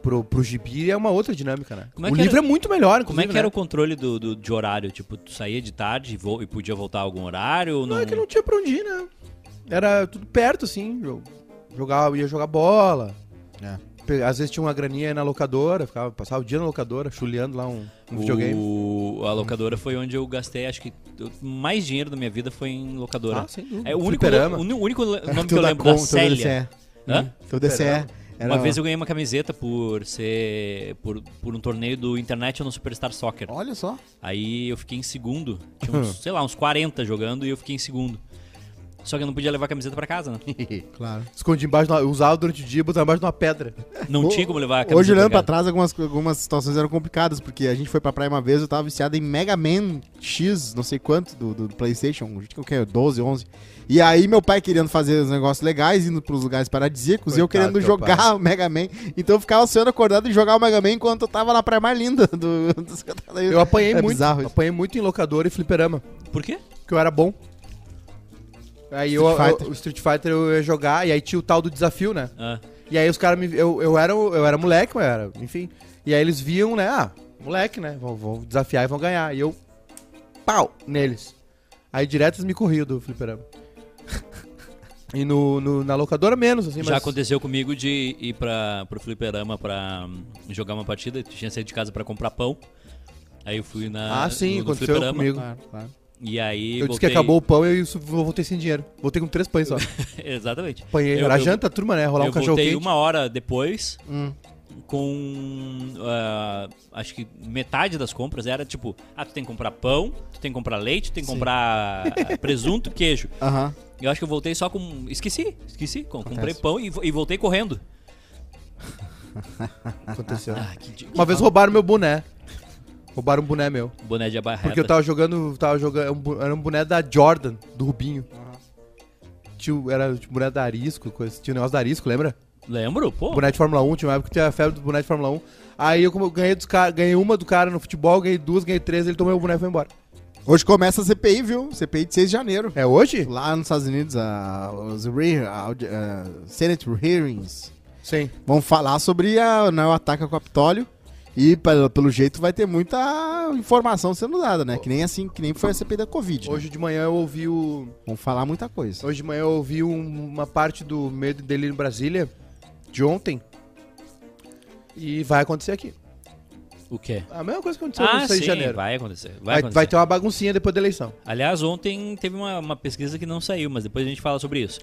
Speaker 3: pro, pro gibi é uma outra dinâmica, né?
Speaker 2: Como é
Speaker 3: o
Speaker 2: que
Speaker 3: livro
Speaker 2: era-
Speaker 3: é muito melhor,
Speaker 2: Como é que
Speaker 3: inclusive,
Speaker 2: era
Speaker 3: né?
Speaker 2: o controle do, do- de horário? Tipo, tu saía de tarde e, vo- e podia voltar a algum horário? ou Não,
Speaker 3: Não, é que não tinha pra onde ir, né? Era tudo perto, assim. eu Jogava, ia jogar bola. né?
Speaker 1: É.
Speaker 3: Pe- Às vezes tinha uma graninha aí na locadora, ficava, passava o dia na locadora, chuleando lá um, um videogame.
Speaker 2: O, a locadora foi onde eu gastei, acho que eu- mais dinheiro da minha vida foi em locadora.
Speaker 3: Ah, sem dúvida.
Speaker 2: é o único,
Speaker 3: Fliperama.
Speaker 2: o uni- único le- nome que
Speaker 1: Teu
Speaker 2: eu
Speaker 1: da
Speaker 2: lembro da
Speaker 3: né,
Speaker 1: Com, teu
Speaker 2: Célia.
Speaker 1: DCE.
Speaker 2: Hã?
Speaker 1: Teu DCE. Era
Speaker 2: Uma vez eu ganhei uma camiseta por ser por, por um torneio do International Superstar Soccer.
Speaker 1: Olha só.
Speaker 2: Aí eu fiquei em segundo. Tinha
Speaker 3: Hum.
Speaker 2: uns, sei lá, uns 40 jogando e eu fiquei em segundo. Só que eu não podia levar a camiseta pra casa, né?
Speaker 1: Claro.
Speaker 3: Escondia embaixo, de uma- usava durante o dia, botava embaixo de uma pedra.
Speaker 2: Não tinha como levar a camiseta.
Speaker 1: Hoje, olhando
Speaker 2: pra
Speaker 1: pra
Speaker 2: casa.
Speaker 1: trás, algumas, algumas situações eram complicadas, porque a gente foi pra praia uma vez, eu tava viciado em Mega Man X, não sei quanto, do, do Playstation, o que é, 12, 11. E aí meu pai querendo fazer os negócios legais, indo pros lugares paradisíacos, e eu
Speaker 3: Coitado
Speaker 1: querendo
Speaker 3: do teu
Speaker 1: jogar
Speaker 3: pai.
Speaker 1: o Mega Man. Então eu ficava sendo acordado e jogar o Mega Man enquanto eu tava na praia mais linda do, do Santa Catarina.
Speaker 3: Eu apanhei
Speaker 1: É
Speaker 3: muito.
Speaker 1: bizarro isso.
Speaker 3: Apanhei muito em locadora e fliperama.
Speaker 2: Por quê?
Speaker 3: que eu era bom. Aí eu,
Speaker 1: Street
Speaker 3: eu-
Speaker 1: Fighter.
Speaker 3: o Street Fighter eu ia jogar, e aí tinha o tal do desafio, né?
Speaker 2: Ah,
Speaker 3: E aí os caras me. Eu, eu, era, o- eu era moleque, mas eu era, enfim. E aí eles viam, né? Ah, moleque, né? Vão, vão desafiar e vão ganhar. E eu. Pau! Neles. Aí direto eles me corriam do fliperama. e no, no- na locadora menos, assim,
Speaker 2: já
Speaker 3: mas.
Speaker 2: aconteceu comigo de ir pra, pro fliperama pra hum, jogar uma partida. Eu Tinha saído de casa pra comprar pão. Aí eu fui na,
Speaker 3: Ah, sim,
Speaker 2: né, no, no
Speaker 3: aconteceu
Speaker 2: fliperama.
Speaker 3: comigo.
Speaker 1: Claro, claro.
Speaker 2: E aí
Speaker 3: eu disse que
Speaker 2: voltei-
Speaker 3: acabou o pão e eu su- voltei sem dinheiro. Voltei com três pães só.
Speaker 2: Exatamente.
Speaker 3: Apanhei.
Speaker 2: Eu-
Speaker 3: era
Speaker 2: eu-
Speaker 3: janta, turma, né? Rolar
Speaker 2: eu
Speaker 3: um cachorro
Speaker 2: voltei
Speaker 3: quente.
Speaker 2: uma hora depois
Speaker 1: Hum.
Speaker 2: com ah, acho que metade das compras era tipo, ah, tu tem que comprar pão, tu tem que comprar leite, tu tem que comprar ah, presunto, queijo.
Speaker 1: Aham.
Speaker 2: Eu acho que eu voltei só com. Esqueci, esqueci. Com- Comprei pão e, vo- e voltei correndo.
Speaker 3: Aconteceu.
Speaker 2: Ah, que, di- que
Speaker 3: Uma vez roubaram meu boné. Roubaram um boné meu.
Speaker 2: boné de abarreta.
Speaker 3: Porque eu tava jogando, tava jogando, era um bo- era um boné da Jordan, do Rubinho. Tio, era tipo, boné da Arisco, coisa, tinha um negócio da Arisco, lembra?
Speaker 2: Lembro? Pô.
Speaker 3: Boné de Fórmula 1, tinha uma época que tinha a febre do boné de Fórmula 1. Aí eu como- ganhei, dos cara, ganhei uma do cara no futebol, ganhei duas, ganhei três, ele tomou meu boné e foi embora.
Speaker 1: Hoje começa a CPI, viu? CPI de 6 de janeiro.
Speaker 3: É hoje?
Speaker 1: Lá nos Estados Unidos, a, os re- a, audi- a, Senate Hearings.
Speaker 3: Sim.
Speaker 1: Vão falar sobre a, né, o ataque ao Capitólio. E pelo, pelo jeito vai ter muita informação sendo dada, né? Que nem assim, que nem foi a CPI da Covid. né?
Speaker 3: Hoje de manhã eu ouvi o.
Speaker 1: Vão falar muita coisa.
Speaker 3: Hoje de manhã eu ouvi um- uma parte do Medo e Delírio em Brasília, de ontem. E vai acontecer aqui.
Speaker 2: O quê?
Speaker 3: A mesma coisa que aconteceu
Speaker 2: Ah,
Speaker 3: no 6
Speaker 2: sim,
Speaker 3: de janeiro.
Speaker 2: vai acontecer. Vai,
Speaker 3: Vai,
Speaker 2: acontecer.
Speaker 3: vai ter uma baguncinha depois da eleição.
Speaker 2: Aliás, ontem teve uma, uma pesquisa que não saiu, mas depois a gente fala sobre isso.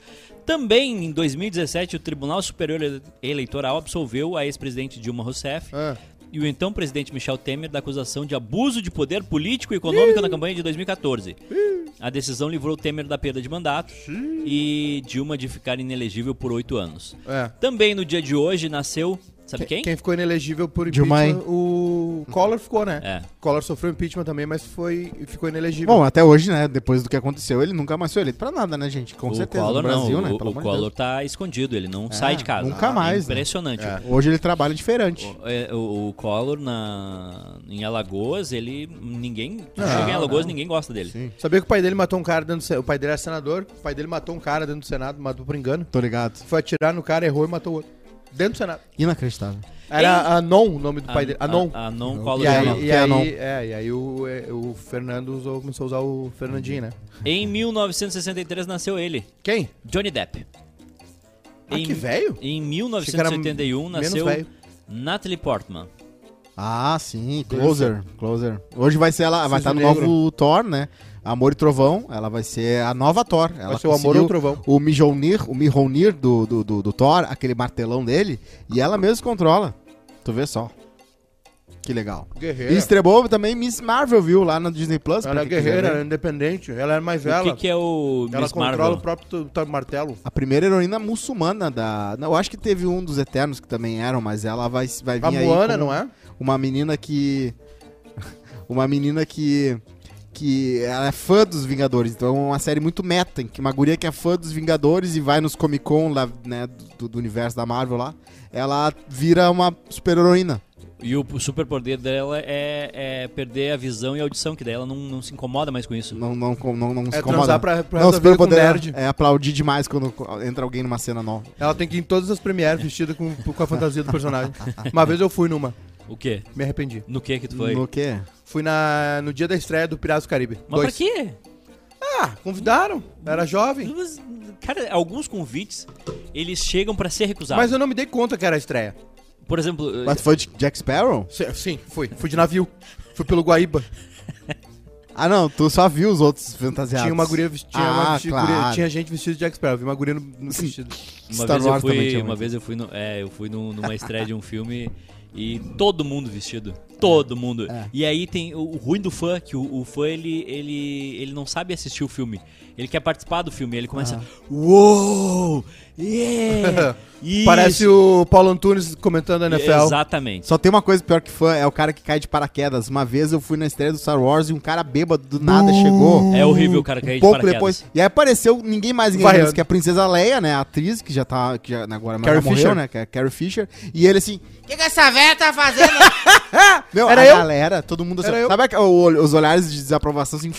Speaker 2: Também em 2017, o Tribunal Superior Ele- Eleitoral absolveu a ex-presidente Dilma Rousseff
Speaker 3: Ah.
Speaker 2: e o então presidente Michel Temer da acusação de abuso de poder político e econômico na campanha de 2014. A decisão livrou Temer da perda de mandato e Dilma de ficar inelegível por oito anos.
Speaker 3: É.
Speaker 2: Também no dia de hoje nasceu, sabe quem?
Speaker 3: ficou inelegível por
Speaker 1: Dilma,
Speaker 3: impeachment, o Collor ficou, né?
Speaker 2: É.
Speaker 3: Collor sofreu impeachment também, mas foi ficou inelegível.
Speaker 1: Bom, até hoje, né? Depois do que aconteceu, ele nunca mais foi eleito pra nada, né, gente? Com
Speaker 2: o
Speaker 1: certeza.
Speaker 2: Collor
Speaker 1: no Brasil,
Speaker 2: não,
Speaker 1: né?
Speaker 2: o,
Speaker 1: Pelo
Speaker 2: o
Speaker 1: amor de
Speaker 2: Collor tá escondido, ele não sai de casa.
Speaker 1: nunca mais, né?
Speaker 2: Impressionante.
Speaker 3: É.
Speaker 1: Deus. Hoje ele trabalha diferente.
Speaker 2: O- é, O, o Collor na, em Alagoas, ele. ninguém. tu
Speaker 3: Não,
Speaker 2: chega em Alagoas,
Speaker 3: não.
Speaker 2: ninguém gosta dele.
Speaker 1: Sim.
Speaker 3: Sabia que o pai dele matou um cara dentro do Senado. O pai dele era senador, o pai dele matou um cara dentro do Senado, matou por engano.
Speaker 1: Tô ligado.
Speaker 3: Foi atirar no cara, errou e matou o outro. Dentro do Senado.
Speaker 1: Inacreditável.
Speaker 3: Era Anon o nome do
Speaker 2: A-
Speaker 3: pai dele.
Speaker 2: a-
Speaker 3: Anon.
Speaker 2: Anon
Speaker 1: E
Speaker 2: Collor
Speaker 3: E
Speaker 2: de
Speaker 3: aí,
Speaker 2: Anon.
Speaker 3: e
Speaker 1: Que é Anon.
Speaker 3: aí, é, e aí o, é, o Fernando usou- começou a usar o Fernandinho, né?
Speaker 2: Em 1963 nasceu ele,
Speaker 3: Quem?
Speaker 2: Johnny Depp.
Speaker 3: Ah,
Speaker 2: Em-
Speaker 3: que velho.
Speaker 2: Em
Speaker 3: Achei que era
Speaker 2: 1981
Speaker 3: menos
Speaker 2: nasceu
Speaker 3: velho.
Speaker 2: Natalie Portman.
Speaker 1: Ah, sim, Closer, Closer. Hoje vai ser ela, vai
Speaker 3: Cisne
Speaker 1: estar no
Speaker 3: Negro.
Speaker 1: novo Thor, né? Amor e Trovão, ela vai ser a nova Thor. Ela
Speaker 3: ser o Amor
Speaker 1: conseguiu
Speaker 3: ou o Trovão.
Speaker 1: O Mjolnir, o Mjolnir do, do, do, do Thor, aquele martelão dele, e ela mesma controla. Tu vê só. Que legal.
Speaker 3: Guerreira.
Speaker 1: E estrebou também Miss Marvel, viu, lá no Disney Plus. pra
Speaker 3: Ela era
Speaker 1: quem quiser
Speaker 3: guerreira, né?
Speaker 1: ver.
Speaker 3: era independente, ela era mais
Speaker 2: O
Speaker 3: velha.
Speaker 2: que, que é o
Speaker 3: Ela
Speaker 2: Miss
Speaker 3: controla
Speaker 2: Marvel?
Speaker 3: o próprio Tom Martelo.
Speaker 1: A primeira heroína muçulmana da. não, Eu acho que teve um dos Eternos que também eram, mas ela vai, vai vir
Speaker 3: A
Speaker 1: aí.
Speaker 3: Moana,
Speaker 1: como-
Speaker 3: não é?
Speaker 1: uma menina que uma menina que que ela é fã dos Vingadores, então é uma série muito meta, em que uma guria que é fã dos Vingadores e vai nos Comic Con lá, né, do, do universo da Marvel lá, ela vira uma super-heroína.
Speaker 2: E o superpoder dela é, é perder a visão e a audição, que daí ela não, não se incomoda mais com isso.
Speaker 1: Não, não, com- não, não se
Speaker 3: É
Speaker 1: incomoda.
Speaker 3: transar pra, pra
Speaker 1: Não, o
Speaker 3: resolver com um
Speaker 1: superpoder é-
Speaker 3: nerd.
Speaker 1: é aplaudir demais quando entra alguém numa cena nova.
Speaker 3: Ela tem que ir em todas as premières vestida com, com a fantasia do personagem. Uma vez eu fui numa,
Speaker 2: O quê?
Speaker 3: me arrependi.
Speaker 2: No que que tu foi?
Speaker 1: No quê?
Speaker 3: Fui na, no dia da estreia do Piratas do Caribe.
Speaker 2: Mas pra
Speaker 3: Dois.
Speaker 2: quê?
Speaker 3: Ah, convidaram. Era jovem.
Speaker 2: Mas, Cara, alguns convites, eles chegam pra ser recusados.
Speaker 3: Mas eu não me dei conta que era a estreia.
Speaker 2: Por exemplo,
Speaker 1: Mas tu foi de Jack Sparrow?
Speaker 3: Se- Sim, fui. Fui de navio. Fui pelo Guaíba.
Speaker 1: Ah, não, tu só viu os outros fantasiados.
Speaker 3: Tinha uma guria vestida. Tinha,
Speaker 1: Ah,
Speaker 3: uma vesti-
Speaker 1: claro.
Speaker 3: guria- tinha gente vestida de Jack Sparrow. Vi uma guria no, no
Speaker 1: Sim.
Speaker 3: vestido.
Speaker 2: Uma
Speaker 1: Star
Speaker 2: vez
Speaker 1: Wars
Speaker 2: eu
Speaker 1: também
Speaker 2: fui,
Speaker 1: tinha
Speaker 2: uma
Speaker 1: muito.
Speaker 2: vez eu fui, no- é, eu fui num- numa estreia de um filme e todo mundo vestido,
Speaker 1: É.
Speaker 2: todo mundo. E aí tem o, o ruim do fã é que o, o fã ele, ele ele não sabe assistir o filme. Ele quer participar do filme, ele começa,
Speaker 1: Ah.
Speaker 2: uou! Yeah! Isso!
Speaker 3: Parece o Paulo Antunes comentando a NFL.
Speaker 2: Exatamente.
Speaker 1: Só tem uma coisa pior que fã, é o cara que cai de paraquedas. Uma vez eu fui na estreia do Star Wars e um cara bêbado do nada chegou.
Speaker 2: É horrível o cara cair
Speaker 1: Um
Speaker 2: de
Speaker 1: pouco
Speaker 2: paraquedas.
Speaker 1: depois. E aí apareceu ninguém mais ninguém
Speaker 3: Vai,
Speaker 1: menos
Speaker 3: Ana.
Speaker 1: que a princesa Leia, né? A atriz que já tá. Que já, agora mas já
Speaker 3: Carrie
Speaker 1: morreu,
Speaker 3: Fisher.
Speaker 1: né? Que é Carrie Fisher. E ele assim.
Speaker 4: O que, que essa velha tá fazendo?
Speaker 1: Meu,
Speaker 3: Era
Speaker 1: a
Speaker 3: eu?
Speaker 1: galera, todo mundo assim.
Speaker 3: Era eu.
Speaker 1: Sabe aqu- o olho- os olhares de desaprovação assim.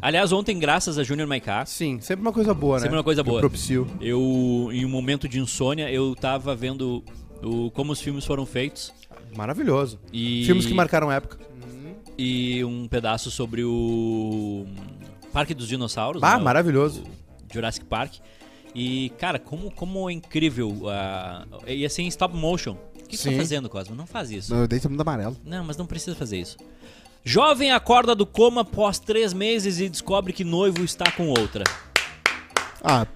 Speaker 2: Aliás, ontem graças a Junior Maiká,
Speaker 3: Sim, sempre uma coisa boa, né?
Speaker 2: Sempre uma coisa
Speaker 3: Que
Speaker 2: boa.
Speaker 3: Propicio.
Speaker 2: eu em um momento de insônia, eu tava vendo o, como os filmes foram feitos
Speaker 3: Maravilhoso.
Speaker 2: e
Speaker 3: Filmes que marcaram época.
Speaker 2: e um pedaço sobre o Parque dos Dinossauros, né,
Speaker 3: Ah,
Speaker 2: o
Speaker 3: maravilhoso.
Speaker 2: Jurassic Park. E, cara, como, como é incrível. ah, e assim, stop motion. O que você
Speaker 3: Sim.
Speaker 2: tá fazendo, Cosmo? Não faz isso.
Speaker 1: Não, eu dei todo mundo amarelo.
Speaker 2: Não, mas não precisa fazer isso. Jovem acorda do coma após três meses e descobre que noivo está com outra.
Speaker 1: Ah,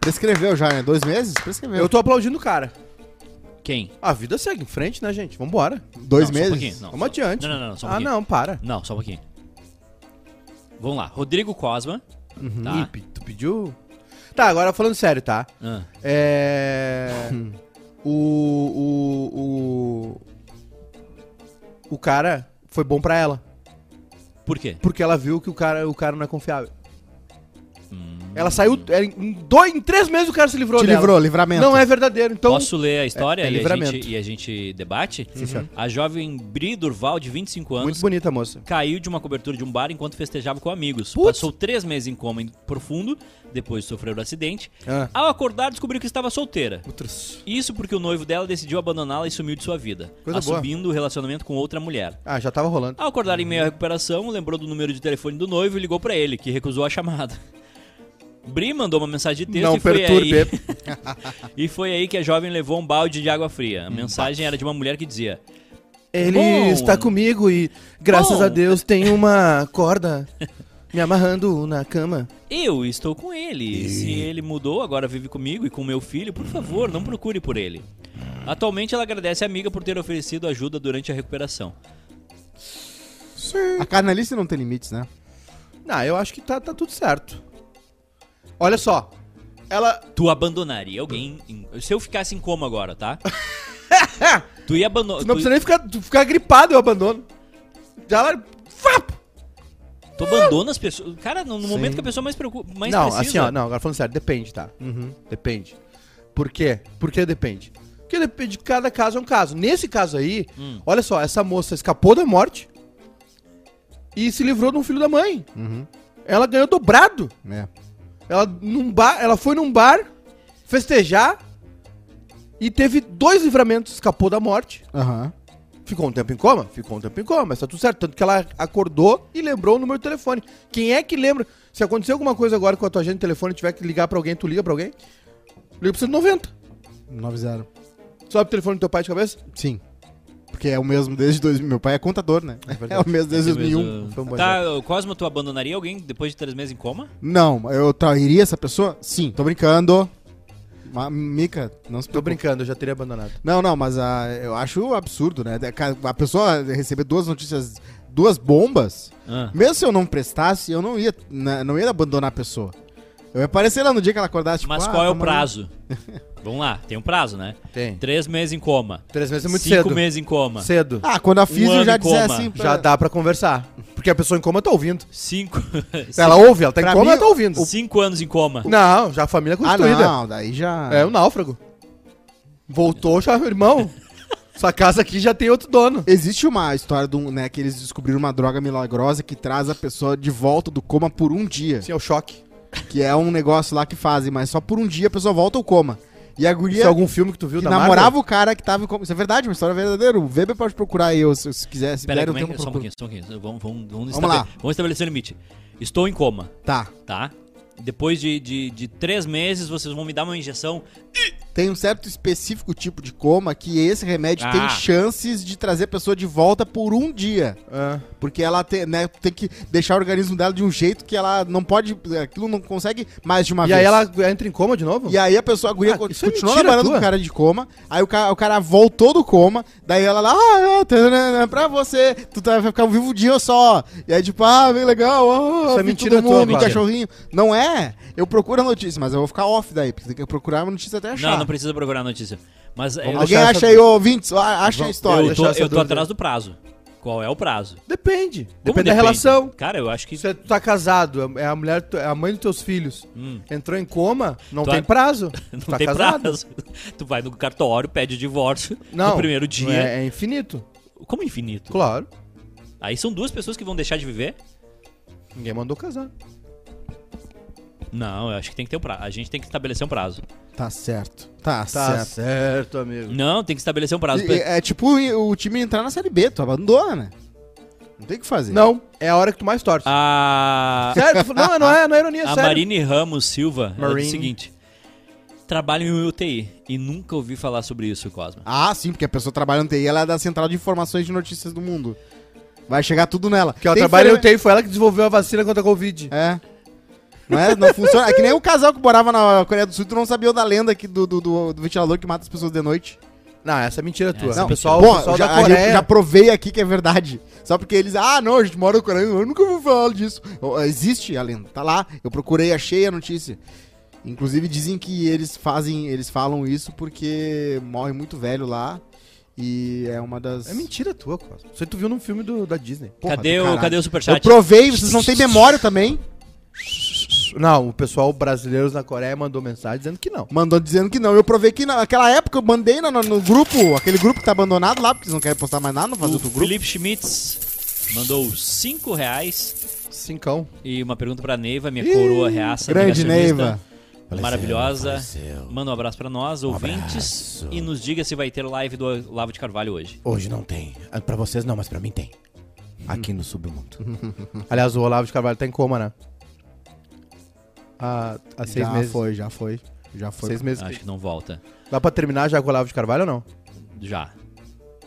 Speaker 1: prescreveu já, né? Dois meses? Prescreveu.
Speaker 3: Eu tô aplaudindo o cara.
Speaker 2: Quem?
Speaker 3: A vida segue em frente, né, gente? Vambora.
Speaker 1: Dois
Speaker 2: Não, só um
Speaker 1: meses?
Speaker 2: pouquinho, não.
Speaker 3: Vamos adiante.
Speaker 2: Não, não, não, não, só um
Speaker 3: ah,
Speaker 2: pouquinho.
Speaker 3: não, para.
Speaker 2: Não, só um pouquinho. Vamos lá. Rodrigo Cosma. Tá.
Speaker 3: Uhum. Ih, pe- tu pediu. Tá, agora falando sério, tá?
Speaker 2: Ah,
Speaker 3: É. o, o. O. O cara foi bom pra ela.
Speaker 2: por quê?
Speaker 3: Porque ela viu que o cara, o cara não é confiável.
Speaker 2: Hum.
Speaker 3: Ela saiu. é, Em, dois, em três meses o cara se livrou
Speaker 1: Te
Speaker 3: dela.
Speaker 1: livrou, livramento.
Speaker 3: Não é verdadeiro. Então.
Speaker 2: Posso ler a história
Speaker 3: é
Speaker 2: e, a
Speaker 3: livramento.
Speaker 2: gente, e a gente debate?
Speaker 3: senhor.
Speaker 2: A jovem Bri Durval, de 25 anos,
Speaker 3: Muito bonita, moça.
Speaker 2: caiu de uma cobertura de um bar enquanto festejava com amigos.
Speaker 3: Putz.
Speaker 2: Passou três meses em coma profundo, depois de sofrer o acidente.
Speaker 3: Ah.
Speaker 2: Ao acordar, descobriu que estava solteira.
Speaker 3: Outras.
Speaker 2: Isso porque o noivo dela decidiu abandoná-la e sumiu de sua vida,
Speaker 3: Coisa boa.
Speaker 2: assumindo o relacionamento com outra mulher.
Speaker 3: Ah, já tava rolando.
Speaker 2: Ao acordar em meio à recuperação, lembrou do número de telefone do noivo e ligou pra ele, que recusou a chamada. Bri mandou uma mensagem de texto
Speaker 3: Não
Speaker 2: e foi
Speaker 3: perturbe.
Speaker 2: aí... e foi aí que a jovem levou um balde de água fria. A mensagem era de uma mulher que dizia...
Speaker 3: Ele
Speaker 2: Bom.
Speaker 3: está comigo e, graças
Speaker 2: Bom.
Speaker 3: a Deus, tem uma corda me amarrando na cama.
Speaker 2: Eu estou com ele. Se ele mudou, agora vive comigo e com meu filho, por favor, não procure por ele. Atualmente ela agradece a amiga por ter oferecido ajuda durante a recuperação.
Speaker 1: A carnalice não tem limites, né?
Speaker 3: Não, eu acho que tá, tá tudo certo. Olha só. Ela.
Speaker 2: Tu abandonaria alguém. em- Se eu ficasse em coma agora, tá? tu ia abandonar.
Speaker 3: Tu não precisa nem ficar, tu ficar gripado, eu abandono. Já ela. Fap!
Speaker 2: Tu abandona as pessoas. Cara, no, no
Speaker 1: Sim.
Speaker 2: momento que a pessoa mais preocupa. Mais
Speaker 3: não,
Speaker 2: precisa.
Speaker 3: assim, ó, não, agora falando sério, depende, tá? Depende. Por quê? Por que depende? Porque depende, cada caso é um caso. Nesse caso aí,
Speaker 2: Hum.
Speaker 3: olha só, essa moça escapou da morte e se livrou de um filho da mãe. Ela ganhou dobrado.
Speaker 1: É.
Speaker 3: Ela, num bar, ela foi num bar festejar e teve dois livramentos. Escapou da morte.
Speaker 1: Aham.
Speaker 3: Ficou um tempo em coma? Ficou um tempo em coma, mas tá tudo certo. Tanto que ela acordou e lembrou o número do telefone. Quem é que lembra? Se acontecer alguma coisa agora com a tua agenda de telefone e tiver que ligar pra alguém, tu liga pra alguém? Liga pro 190.
Speaker 1: 9-0.
Speaker 3: Sobe o telefone do teu pai de cabeça?
Speaker 1: Sim. Porque é o mesmo desde 2000. Meu pai é contador, né? É, o mesmo desde
Speaker 2: Sim, mas,
Speaker 1: 2001.
Speaker 2: uh,
Speaker 3: Foi um bom
Speaker 2: Tá, o Cosmo, tu abandonaria alguém depois de três meses em coma?
Speaker 1: Não, eu trairia essa pessoa? Sim. Tô brincando. Ma- Mica, não se
Speaker 3: Tô
Speaker 1: preocupe.
Speaker 3: brincando, eu já teria abandonado.
Speaker 1: Não, não, mas ah, eu acho absurdo, né? Ca- A pessoa receber duas notícias, duas bombas,
Speaker 2: Ah.
Speaker 1: mesmo se eu não prestasse, eu não ia, na- não ia abandonar a pessoa. Eu ia aparecer lá no dia que ela acordasse, tipo,
Speaker 2: Mas
Speaker 1: "Ah,
Speaker 2: qual é o
Speaker 1: tamo aí".
Speaker 2: prazo? Vamos lá, tem um prazo, né?
Speaker 3: Tem.
Speaker 2: Três meses em coma.
Speaker 3: Três meses é muito
Speaker 2: Cinco
Speaker 3: cedo.
Speaker 2: meses em coma.
Speaker 3: Cedo.
Speaker 1: Ah, quando a
Speaker 2: Um
Speaker 1: físio
Speaker 2: ano
Speaker 1: já
Speaker 2: em
Speaker 1: disser
Speaker 2: coma.
Speaker 1: assim... pra-
Speaker 3: Já dá pra conversar. Porque a pessoa em coma tá ouvindo.
Speaker 2: Cinco.
Speaker 3: Se ela ouve, ela tá em
Speaker 1: Pra
Speaker 3: coma,
Speaker 1: mim,
Speaker 3: ela tá ouvindo.
Speaker 2: Cinco anos em coma.
Speaker 3: Não, já a família
Speaker 1: Ah,
Speaker 3: é constituída.
Speaker 1: não, daí já...
Speaker 3: É o náufrago. Voltou, já, irmão. Sua casa aqui já tem outro dono.
Speaker 1: Existe uma história de um, né, que eles descobriram uma droga milagrosa que traz a pessoa de volta do coma por um dia.
Speaker 3: Sim, é o choque.
Speaker 1: Que é um negócio lá que fazem, mas só por um dia a pessoa volta ao coma. E a
Speaker 3: Isso é
Speaker 1: guria
Speaker 3: algum filme que tu viu
Speaker 1: que
Speaker 3: da Marvel?
Speaker 1: namorava o cara que tava em coma. Isso é verdade, uma história verdadeira. O Weber pode procurar eu se, se quiser, se
Speaker 2: Pera aí,
Speaker 1: der o
Speaker 2: como é
Speaker 1: tempo
Speaker 2: que... só um
Speaker 1: procuro.
Speaker 2: pouquinho, só um pouquinho. Vamos, vamos, vamos,
Speaker 1: Vamos lá.
Speaker 2: estabele- vamos estabelecer o limite. Estou em coma,
Speaker 1: Tá.
Speaker 2: tá? Depois de, de, de três meses, vocês vão me dar uma injeção.
Speaker 1: Tem um certo específico tipo de coma que esse remédio tem
Speaker 2: Ah.
Speaker 1: chances de trazer a pessoa de volta por um dia.
Speaker 3: Ah.
Speaker 1: Porque ela tem, né, tem que deixar o organismo dela de um jeito que ela não pode. é, Aquilo não consegue mais de uma
Speaker 3: E
Speaker 1: vez.
Speaker 3: aí ela entra em coma de novo?
Speaker 1: E aí a pessoa, a guria
Speaker 3: Ah,
Speaker 1: co-
Speaker 3: isso é
Speaker 1: continuou
Speaker 3: mentira
Speaker 1: namorando
Speaker 3: tua?
Speaker 1: com o cara de coma, aí o cara, o cara voltou do coma, daí ela lá, ah, é, tanana, pra você, tu tá- vai ficar um vivo dia só. E aí tipo, ah, bem legal, ah,
Speaker 3: Isso é
Speaker 1: vi
Speaker 3: mentira
Speaker 1: todo
Speaker 3: tua,
Speaker 1: mundo,
Speaker 3: Cláudio.
Speaker 1: cachorrinho. Não é, eu procuro a notícia, mas eu vou ficar off daí, porque tem que procurar uma notícia até achar.
Speaker 2: Não, não precisa procurar a notícia. Mas é, eu,
Speaker 1: Alguém
Speaker 3: deixar
Speaker 1: acha
Speaker 3: essa-
Speaker 1: aí, ô, ouvintes, a- acha a
Speaker 3: Vamos-
Speaker 1: história.
Speaker 2: eu tô,
Speaker 3: deixar essa
Speaker 2: eu tô
Speaker 3: dúvida.
Speaker 2: atrás do prazo. Qual é o prazo? Como
Speaker 3: Depende. Depende, da
Speaker 2: depende?
Speaker 3: relação.
Speaker 2: Cara, eu acho que.
Speaker 3: Se tu tá casado, é a mulher, do teu- é a mãe dos teus filhos.
Speaker 2: Hum.
Speaker 3: Entrou em coma, não
Speaker 2: Tu
Speaker 3: tem
Speaker 2: a-
Speaker 3: prazo.
Speaker 2: Não
Speaker 3: Tu tá
Speaker 2: tem
Speaker 3: casado.
Speaker 2: prazo. Tu vai no cartório, pede o divórcio
Speaker 3: Não.
Speaker 2: no primeiro dia.
Speaker 3: É, é infinito.
Speaker 2: Como é infinito?
Speaker 3: Claro.
Speaker 2: Aí são duas pessoas que vão deixar de viver?
Speaker 3: Ninguém mandou casar.
Speaker 2: Não, eu acho que tem que ter um prazo. A gente tem que estabelecer um prazo.
Speaker 1: Tá certo, tá,
Speaker 3: Tá certo,
Speaker 2: é
Speaker 1: certo.
Speaker 3: amigo.
Speaker 2: Não, tem que estabelecer um prazo.
Speaker 1: E- e- é tipo o time entrar na Série B, tu abandona, né? Não tem o que fazer.
Speaker 3: Não, é a hora que tu mais torce.
Speaker 2: A,
Speaker 3: Sério? tu- Não, não é, não é ironia,
Speaker 2: Ah. a
Speaker 3: sério.
Speaker 2: Marine Ramos Silva ela diz
Speaker 3: Marine.
Speaker 2: o seguinte: trabalho em UTI e nunca ouvi falar sobre isso, Cosma.
Speaker 1: Ah, sim, porque a pessoa trabalhando TI ela é da central de informações de notícias do mundo. Vai chegar tudo nela.
Speaker 3: Que ela
Speaker 1: Tem
Speaker 3: trabalha
Speaker 1: enferme-
Speaker 3: no TI, foi ela que desenvolveu a vacina contra a Covid.
Speaker 1: É. Não, é, não funciona. É que nem o casal que morava na Coreia do Sul, tu não sabia da lenda aqui do, do, do- do ventilador que mata as pessoas de noite.
Speaker 3: Não, essa é mentira tua.
Speaker 2: Essa é
Speaker 3: o pessoal,
Speaker 1: Bom,
Speaker 3: o pessoal
Speaker 1: já,
Speaker 3: da
Speaker 1: a gente
Speaker 3: Coreia.
Speaker 1: já provei aqui que é verdade. Só porque eles, ah, não, a gente mora na Coreia, eu nunca ouvi falar disso. Ó, Existe a lenda, tá lá. Eu procurei, achei a notícia. Inclusive dizem que eles fazem, eles falam isso porque morre muito velho lá. E é uma das.
Speaker 3: É mentira tua, Cosmo. Isso aí tu viu num filme do- da Disney.
Speaker 1: Porra
Speaker 2: cadê,
Speaker 1: do
Speaker 2: o,
Speaker 1: caralho.
Speaker 2: cadê o superchat?
Speaker 1: Eu provei, vocês não têm memória também.
Speaker 3: Não, o pessoal brasileiro na Coreia mandou mensagem dizendo que não.
Speaker 1: Mandou dizendo que não. Eu provei que na- naquela época eu mandei na- no, no grupo, aquele grupo que tá abandonado lá, porque eles não querem postar mais nada, não fazer
Speaker 2: O
Speaker 1: outro grupo.
Speaker 2: Felipe Schmitz mandou 5 reais
Speaker 3: Cincão.
Speaker 2: e uma pergunta pra Neiva, minha coroa reaça.
Speaker 1: Grande
Speaker 2: negacionista.
Speaker 1: Neiva.
Speaker 2: maravilhosa. Manda um abraço pra nós, ouvintes, e nos diga se vai ter live do Lavo de Carvalho hoje.
Speaker 5: Hoje não tem. Ah, Pra vocês não, mas pra mim tem. Aqui no submundo.
Speaker 3: Aliás, o Olavo de Carvalho tá em coma, né? Há, há seis
Speaker 1: já
Speaker 3: meses.
Speaker 1: foi, já foi. Já foi.
Speaker 3: Seis meses.
Speaker 2: Acho que não volta.
Speaker 3: Dá pra terminar já com o Olavo de Carvalho ou não?
Speaker 2: Já.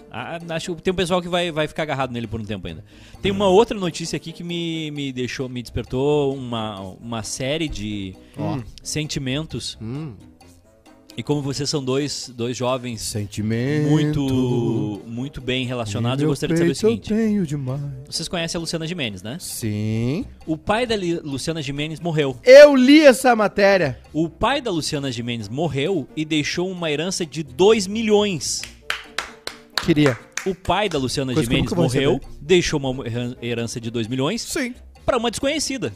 Speaker 2: Ah, acho que tem um pessoal que vai, vai ficar agarrado nele por um tempo ainda. Tem uma outra notícia aqui que me, me deixou, me despertou uma, uma série de
Speaker 1: Ó.
Speaker 2: sentimentos.
Speaker 1: Hum.
Speaker 2: E como vocês são dois, dois jovens
Speaker 3: Sentimento.
Speaker 2: muito, muito bem relacionados, eu
Speaker 3: Meu
Speaker 2: gostaria de saber o
Speaker 3: peito eu
Speaker 2: seguinte.
Speaker 3: tenho demais.
Speaker 2: Vocês conhecem a Luciana Gimenez, né?
Speaker 3: Sim.
Speaker 2: O pai da Li- Luciana Gimenez morreu.
Speaker 3: Eu li essa matéria.
Speaker 2: O pai da Luciana Gimenez morreu e deixou uma herança de 2 milhões.
Speaker 3: Queria.
Speaker 2: O pai da Luciana
Speaker 3: Coisa que eu
Speaker 2: Gimenez
Speaker 3: nunca vou
Speaker 2: morreu, deixou uma heran- herança de 2 milhões
Speaker 3: Sim.
Speaker 2: para uma desconhecida.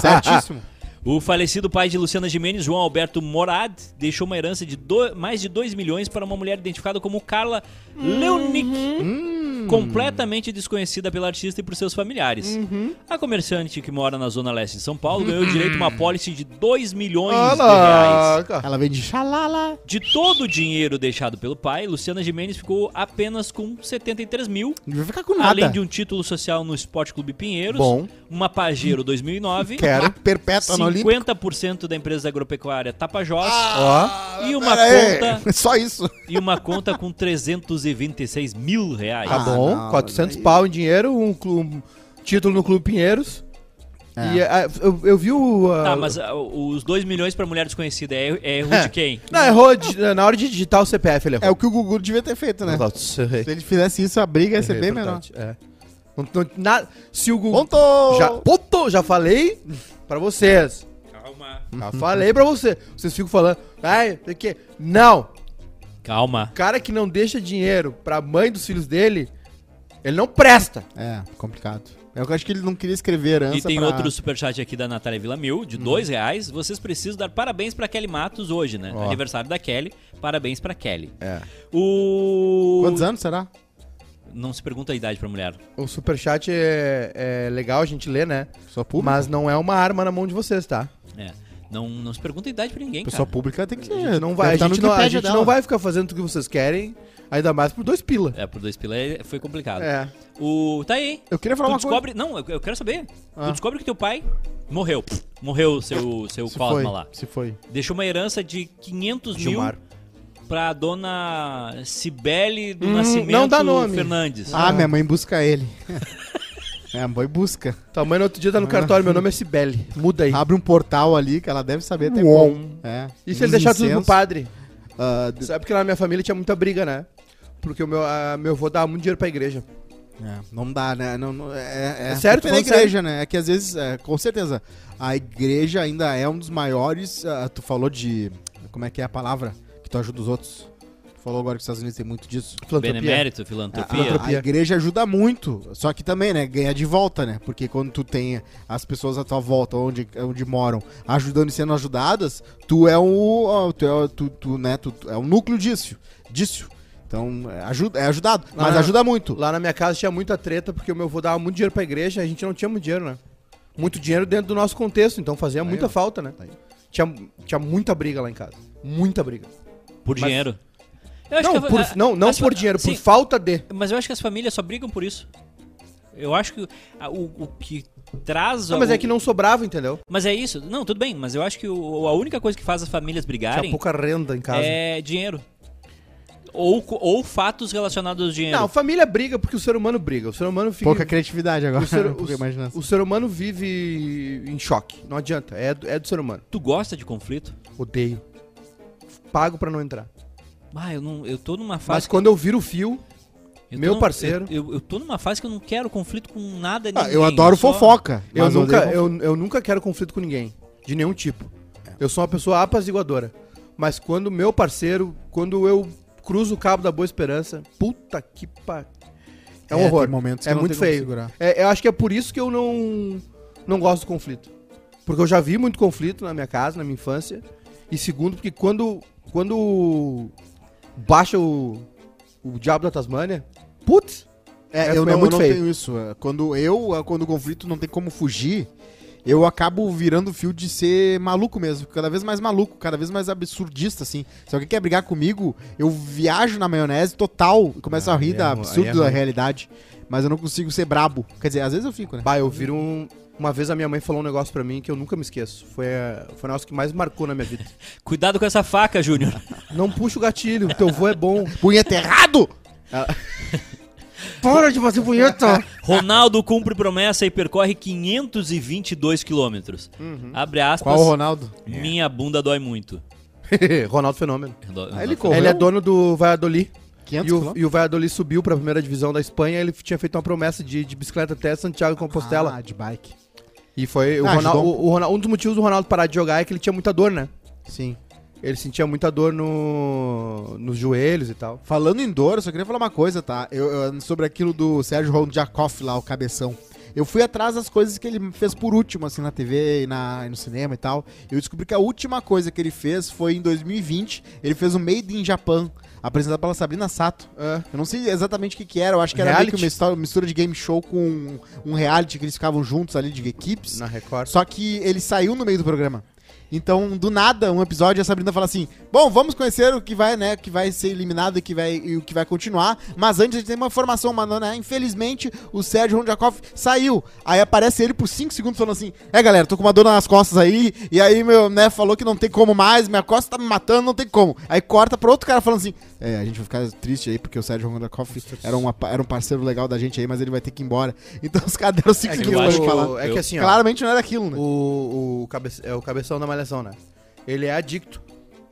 Speaker 1: Certíssimo, certíssimo.
Speaker 2: O falecido pai de Luciana Gimenez, João Alberto Morad, deixou uma herança de do- mais de 2 milhões para uma mulher identificada como Carla Leonic,
Speaker 3: Hum.
Speaker 2: completamente desconhecida pela artista e por seus familiares. A comerciante que mora na zona leste de São Paulo ganhou direito a uma apólice de 2 milhões de reais.
Speaker 3: Caraca.
Speaker 1: Ela vem de xalala.
Speaker 2: De todo o dinheiro deixado pelo pai, Luciana Gimenez ficou apenas com 73 mil,
Speaker 1: Não vai ficar com
Speaker 2: além
Speaker 1: nada.
Speaker 2: de um título social no Esporte Clube Pinheiros, um
Speaker 3: Bom.
Speaker 2: uma Pajero 2009,
Speaker 1: Quero. Perpétua tá no Olímpico.
Speaker 2: 50% da empresa agropecuária Tapajós
Speaker 3: Ó. tá
Speaker 1: Ah,
Speaker 2: e, uma
Speaker 1: Pera aí,
Speaker 2: conta,
Speaker 1: Só isso.
Speaker 2: e uma conta com 326 mil reais.
Speaker 3: Tá
Speaker 1: Ah,
Speaker 3: bom.
Speaker 1: não, mas
Speaker 3: 400
Speaker 1: aí-
Speaker 3: pau em dinheiro, um, clu- um título no Clube Pinheiros. E ah, eu, eu vi o. ah,
Speaker 2: É. Tá, mas ah, os 2 milhões pra mulher desconhecida é, é erro de quem?
Speaker 3: Não, errou. de- Na hora de digitar o CPF, ele
Speaker 1: É
Speaker 3: errou.
Speaker 1: o que o Gugu devia ter feito, né?
Speaker 3: Nossa, eu errei.
Speaker 1: Se ele fizesse isso, a briga ia ser
Speaker 3: Errei,
Speaker 1: bem menor.
Speaker 3: verdade, É. Não- não- na- se o Google.
Speaker 1: Ponto!
Speaker 3: Já, ponto! Já falei pra vocês.
Speaker 2: Calma.
Speaker 3: Já falei pra vocês. Vocês ficam falando. Ai, tem que. Não!
Speaker 2: Calma.
Speaker 3: O cara que não deixa dinheiro pra mãe dos filhos dele, ele não presta.
Speaker 1: É, complicado. Eu acho que ele não queria escrever herança
Speaker 2: E tem
Speaker 1: pra-
Speaker 2: outro superchat aqui da Natália Villamil,
Speaker 3: Uhum.
Speaker 2: de dois reais. Vocês precisam dar parabéns pra Kelly Matos hoje, né?
Speaker 3: Ó.
Speaker 2: Aniversário da Kelly. Parabéns pra Kelly.
Speaker 3: É.
Speaker 2: O...
Speaker 1: Quantos anos será?
Speaker 2: Não se pergunta a idade pra mulher.
Speaker 3: O superchat é, é legal a gente ler, né?
Speaker 1: Pessoa pública.
Speaker 3: Mas não é uma arma na mão de vocês, tá?
Speaker 2: É. Não, não se pergunta a idade pra ninguém,
Speaker 1: Pessoa
Speaker 2: cara.
Speaker 1: pública tem que
Speaker 3: A gente não vai, a
Speaker 1: deve tá no
Speaker 3: gente não, a
Speaker 1: Wikipedia
Speaker 3: gente
Speaker 1: dela.
Speaker 3: não vai ficar fazendo o que vocês querem, ainda mais por dois pila.
Speaker 2: É, por dois pila é- foi complicado.
Speaker 3: É.
Speaker 2: O... Tá aí.
Speaker 1: Eu queria falar
Speaker 2: Tu
Speaker 1: uma
Speaker 2: descobre... Não, eu- eu quero saber.
Speaker 1: Ah.
Speaker 2: Tu descobre que teu pai morreu. Morreu seu, seu
Speaker 1: coisa. Se
Speaker 2: Cosma
Speaker 1: foi,
Speaker 2: lá.
Speaker 1: Se foi.
Speaker 2: Deixou uma herança de 500
Speaker 3: Gilmar.
Speaker 2: mil pra dona Cibele do
Speaker 3: Hum,
Speaker 2: Nascimento
Speaker 3: não dá nome.
Speaker 2: Fernandes.
Speaker 1: Ah, minha mãe busca ele. minha É, mãe busca.
Speaker 3: Tua mãe no outro dia
Speaker 1: Ah.
Speaker 3: tá no cartório, meu nome é Cibele. Muda aí.
Speaker 1: Abre um portal ali que ela deve saber até
Speaker 3: Uou.
Speaker 1: como. É.
Speaker 3: E
Speaker 1: Uns
Speaker 3: se ele deixar tudo pro
Speaker 1: incensos.
Speaker 3: padre?
Speaker 1: Ah, de-
Speaker 3: Sabe que lá na minha família tinha muita briga, né? Porque o meu, a- meu avô dava muito dinheiro pra igreja.
Speaker 1: É, não dá, né? Não, não- é,
Speaker 3: É
Speaker 1: é
Speaker 3: sério, tu
Speaker 1: culpa da
Speaker 3: falando sério?
Speaker 1: igreja, né? É que às vezes, é, com certeza, a igreja ainda é um dos maiores. ah, tu falou de. Como é que é a palavra? Que tu ajuda os outros. Tu falou agora que os Estados Unidos tem muito disso.
Speaker 3: Filantropia. Ah,
Speaker 2: Benemérito, filantropia.
Speaker 1: A, a igreja ajuda muito. Só que também, né? Ganha de volta, né? Porque quando tu tem as pessoas à tua volta, onde, onde moram, ajudando e sendo ajudadas, tu é o. ó, Tu é, o- tu, tu, né, tu, tu é um núcleo disso. disso. Então, é, ajuda, é ajudado. Mas
Speaker 3: Ah.
Speaker 1: ajuda muito.
Speaker 3: Lá na minha casa tinha muita treta, porque o meu avô dava muito dinheiro pra igreja, a gente não tinha muito dinheiro, né? Muito dinheiro dentro do nosso contexto, então fazia muita
Speaker 1: ó.
Speaker 3: falta, né?
Speaker 1: Tá aí.
Speaker 3: Tinha, tinha muita briga lá em casa. Muita briga.
Speaker 2: Por
Speaker 3: Mas-
Speaker 2: dinheiro. Eu é, acho
Speaker 3: Não,
Speaker 2: que a-
Speaker 3: por,
Speaker 2: a-
Speaker 3: não, não
Speaker 2: as fa-
Speaker 3: por dinheiro,
Speaker 2: sim,
Speaker 3: por falta de.
Speaker 2: Mas eu acho que as famílias só brigam por isso. Eu acho que a- o, o que traz...
Speaker 3: Não,
Speaker 2: a-
Speaker 3: mas é
Speaker 2: o-
Speaker 3: que não sobrava, entendeu?
Speaker 2: Mas é isso. Não, tudo bem. Mas eu acho que o- a única coisa que faz as famílias
Speaker 3: Tinha
Speaker 2: brigarem
Speaker 3: pouca renda em casa.
Speaker 2: é dinheiro. Ou, co- ou fatos relacionados ao dinheiro.
Speaker 3: Não, família briga porque o ser humano briga. O ser humano fica.
Speaker 1: Pouca criatividade agora.
Speaker 3: o, ser,
Speaker 1: pouca imaginação.
Speaker 3: o, o ser humano vive em choque. Não adianta. É, do- é do ser humano.
Speaker 2: Tu gosta de conflito?
Speaker 3: Odeio. Pago pra não entrar.
Speaker 2: Ah, eu, não, eu tô numa
Speaker 3: Mas
Speaker 2: fase...
Speaker 3: quando eu viro o fio,
Speaker 2: eu tô
Speaker 3: meu
Speaker 2: num-
Speaker 3: parceiro-
Speaker 2: Eu, eu- eu tô numa fase que eu não quero conflito com nada,
Speaker 1: Ah,
Speaker 2: ninguém.
Speaker 1: eu adoro
Speaker 2: só-
Speaker 1: fofoca.
Speaker 3: eu
Speaker 1: mas
Speaker 3: nunca,
Speaker 1: odeio É.
Speaker 3: eu, eu nunca quero conflito com ninguém. De nenhum tipo. Eu sou uma pessoa apaziguadora. Mas quando meu parceiro, quando eu cruzo o cabo da Boa Esperança, puta que par... É um
Speaker 1: É,
Speaker 3: horror.
Speaker 1: tem momentos que
Speaker 3: é
Speaker 1: não
Speaker 3: muito
Speaker 1: tem como
Speaker 3: feio.
Speaker 1: segurar.
Speaker 3: É, eu acho que é por isso que eu não, não gosto do conflito. Porque eu já vi muito conflito na minha casa, na minha infância. E segundo, porque quando, quando baixa o, o diabo da Tasmânia, putz,
Speaker 1: É,
Speaker 3: É,
Speaker 1: eu
Speaker 3: é
Speaker 1: não,
Speaker 3: muito
Speaker 1: eu não
Speaker 3: feio.
Speaker 1: tenho isso. É, Quando eu, é, quando o conflito não tem como fugir, eu acabo virando o fio de ser maluco mesmo. Cada vez mais maluco, cada vez mais absurdista, assim. Se alguém quer brigar comigo, eu viajo na maionese total e começo a rir
Speaker 3: aí é
Speaker 1: da
Speaker 3: ru-
Speaker 1: absurdo
Speaker 3: aí é
Speaker 1: da
Speaker 3: ruim.
Speaker 1: realidade. Mas eu não consigo ser brabo. Quer dizer, às vezes eu fico, né?
Speaker 3: Bah, eu viro um. Uma vez a minha mãe falou um negócio pra mim que eu nunca me esqueço. Foi, a- foi o negócio que mais marcou na minha vida.
Speaker 2: Cuidado com essa faca, Júnior.
Speaker 3: Não puxa o gatilho, teu vô é bom.
Speaker 1: Punheta errado!
Speaker 4: Para de fazer punheta.
Speaker 2: Ronaldo cumpre promessa e percorre 522 quilômetros.
Speaker 3: Uhum.
Speaker 2: Abre aspas.
Speaker 1: Qual o Ronaldo?
Speaker 2: Minha bunda dói muito.
Speaker 3: Ronaldo Fenômeno.
Speaker 2: Dó-
Speaker 1: Aí ele
Speaker 2: dó-
Speaker 1: correu
Speaker 3: Ele é dono do Valladolid.
Speaker 1: 500
Speaker 3: E o,
Speaker 1: quilômetros?
Speaker 3: e o Valladolid subiu pra primeira divisão da Espanha. Ele tinha feito uma promessa de, de bicicleta até Santiago de Compostela.
Speaker 1: Ah, de bike.
Speaker 3: E foi. O
Speaker 1: Ah,
Speaker 3: Ronaldo,
Speaker 1: ajudou.
Speaker 3: o- o Ronaldo- um dos motivos do Ronaldo parar de jogar é que ele tinha muita dor, né?
Speaker 1: Sim.
Speaker 3: Ele sentia muita dor no, nos joelhos e tal.
Speaker 1: Falando em dor, eu só queria falar uma coisa, tá? Eu, eu- sobre aquilo do Sérgio Rondjakoff lá, o cabeção. Eu fui atrás das coisas que ele fez por último, assim, na TV e, na, e no cinema e tal. Eu descobri que a última coisa que ele fez foi em 2020. Ele fez o Made in Japan, apresentado pela Sabrina Sato.
Speaker 3: É.
Speaker 1: Eu não sei exatamente o que, que era. Eu acho que era meio que
Speaker 3: Reality?
Speaker 1: uma histó- mistura de game show com um, um reality que eles ficavam juntos ali de equipes.
Speaker 3: Na Record.
Speaker 1: Só que ele saiu no meio do programa. Então, do nada, um episódio, a Sabrina fala assim: Bom, vamos conhecer o que vai, né? o que vai ser eliminado e, que vai, e o que vai continuar. Mas antes a gente tem uma informação, mano, né? Infelizmente, o Sérgio Rondjakov saiu. Aí aparece ele por 5 segundos falando assim: É, galera, tô com uma dor nas costas aí. E aí, meu, né, falou que não tem como mais, minha costa tá me matando, não tem como. Aí corta pra outro cara falando assim: É, a gente vai ficar triste aí, porque o Sérgio Rondjakov era, uma, era um parceiro legal da gente aí, mas ele vai ter que ir embora. Então os caras deram 5
Speaker 3: É que,
Speaker 1: segundos pra ele falar.
Speaker 3: o, é que
Speaker 2: Eu-
Speaker 3: assim, ó.
Speaker 1: Claramente não era aquilo, né?
Speaker 3: O, o, cabe, é o cabeção da malhação, né? Ele é adicto.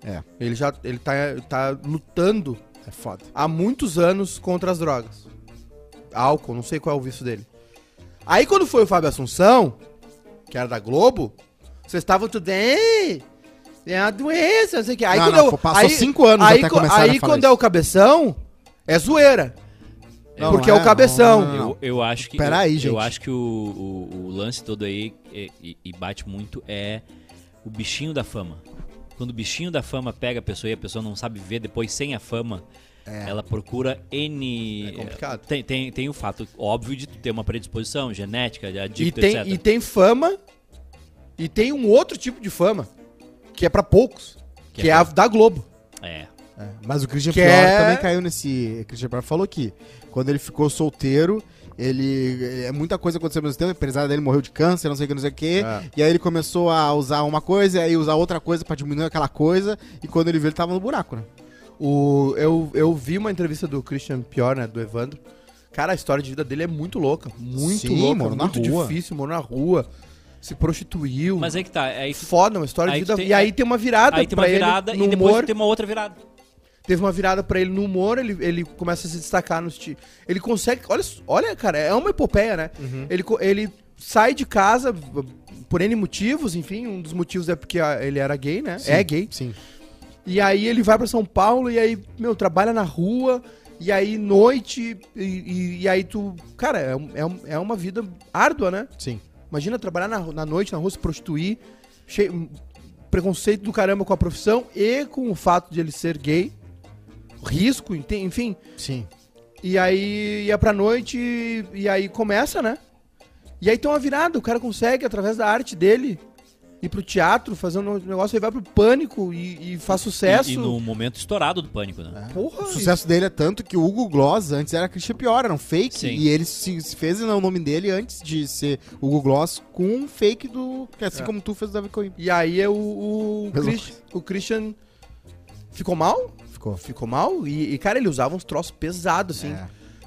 Speaker 1: É.
Speaker 3: Ele já ele tá, tá lutando
Speaker 1: É foda.
Speaker 3: há muitos anos contra as drogas. Álcool, não sei qual é o vício dele. Aí quando foi o Fábio Assunção, que era da Globo, vocês estavam tudo bem. É uma doença, não sei o que. Aí
Speaker 1: Não,
Speaker 3: quando
Speaker 1: não,
Speaker 3: eu,
Speaker 1: passou
Speaker 3: aí,
Speaker 1: cinco anos
Speaker 3: aí, é
Speaker 1: até
Speaker 3: co-
Speaker 1: começarem
Speaker 3: Aí
Speaker 1: a falar
Speaker 3: quando
Speaker 1: isso.
Speaker 3: é o cabeção, é zoeira.
Speaker 1: Não,
Speaker 3: porque
Speaker 1: não
Speaker 3: é, o cabeção.
Speaker 1: não, não, não.
Speaker 2: Eu, eu acho que.
Speaker 1: Peraí,
Speaker 2: eu,
Speaker 1: gente.
Speaker 2: Eu acho que o, o- o lance todo aí, e, e- e bate muito, é o bichinho da fama. Quando o bichinho da fama pega a pessoa e a pessoa não sabe ver depois sem a fama, ela procura N.
Speaker 3: É complicado.
Speaker 2: Tem, tem, tem o fato óbvio de ter uma predisposição genética,
Speaker 3: E
Speaker 2: adicto,
Speaker 3: tem,
Speaker 2: etc.
Speaker 3: e tem fama, e tem um outro tipo de fama, que é pra poucos, que,
Speaker 2: Que
Speaker 3: é
Speaker 2: é
Speaker 3: a da Globo.
Speaker 2: É.
Speaker 1: Mas o Christian
Speaker 3: Que
Speaker 1: Pior
Speaker 3: é-
Speaker 1: também caiu nesse. o Christian Pior falou que quando ele ficou solteiro, ele. É muita coisa aconteceu ao mesmo tempo, apesar dele morreu de câncer, não sei o que, não sei o que.
Speaker 3: É.
Speaker 1: E aí ele começou a usar uma coisa, e aí usar outra coisa pra diminuir aquela coisa, e quando ele viu, ele tava no buraco, né?
Speaker 3: O, eu, eu vi uma entrevista do Christian Pior, né, do Evandro. Cara, a história de vida dele é muito louca, muito
Speaker 1: Sim,
Speaker 3: louca,
Speaker 1: morou na
Speaker 3: muito
Speaker 1: rua.
Speaker 3: difícil, morou na rua, se prostituiu.
Speaker 2: Mas aí que tá. Aí, tu-
Speaker 3: Foda, uma história de
Speaker 2: aí
Speaker 3: vida.
Speaker 2: tem- é-
Speaker 3: e aí tem uma virada
Speaker 2: aí tem uma
Speaker 3: pra ele
Speaker 2: virada
Speaker 3: no
Speaker 2: e depois
Speaker 3: humor.
Speaker 2: tem uma outra virada.
Speaker 3: Teve uma virada pra ele no humor, ele, ele começa a se destacar nos ti... Ele consegue. Olha, olha, cara, é uma epopeia, né? Ele, co- ele sai de casa por N motivos, enfim. Um dos motivos é porque a- ele era gay, né? é gay.
Speaker 1: Sim.
Speaker 3: E aí ele vai pra São Paulo e aí, meu, trabalha na rua. E aí, noite. E, e- e aí tu. Cara, é, um- é, um- é uma vida árdua, né?
Speaker 1: Sim.
Speaker 3: Imagina trabalhar na, ru- na noite, na rua, se prostituir. Cheio, um preconceito do caramba com a profissão e com o fato de ele ser gay. Risco, ente- enfim.
Speaker 1: Sim.
Speaker 3: E aí ia pra noite e- e aí começa, né? E aí tem uma virada, o cara consegue, através da arte dele, ir pro teatro, fazer um negócio, aí vai pro pânico e, e faz sucesso.
Speaker 2: E, e no momento estourado do pânico, né?
Speaker 3: Porra,
Speaker 1: O sucesso dele é tanto que o Hugo Gloss antes era Christian Pior, era um fake,
Speaker 2: Sim.
Speaker 1: e ele se, se fez né, o nome dele antes de ser Hugo Gloss com um fake do. que Assim
Speaker 3: É.
Speaker 1: como tu fez o Davi Coimbra.
Speaker 3: E aí é o, o,
Speaker 1: Mesma
Speaker 3: Chris- o Christian ficou mal?
Speaker 1: Ficou.
Speaker 3: Ficou mal. E, e, cara, ele usava uns troços pesados, assim.
Speaker 1: É.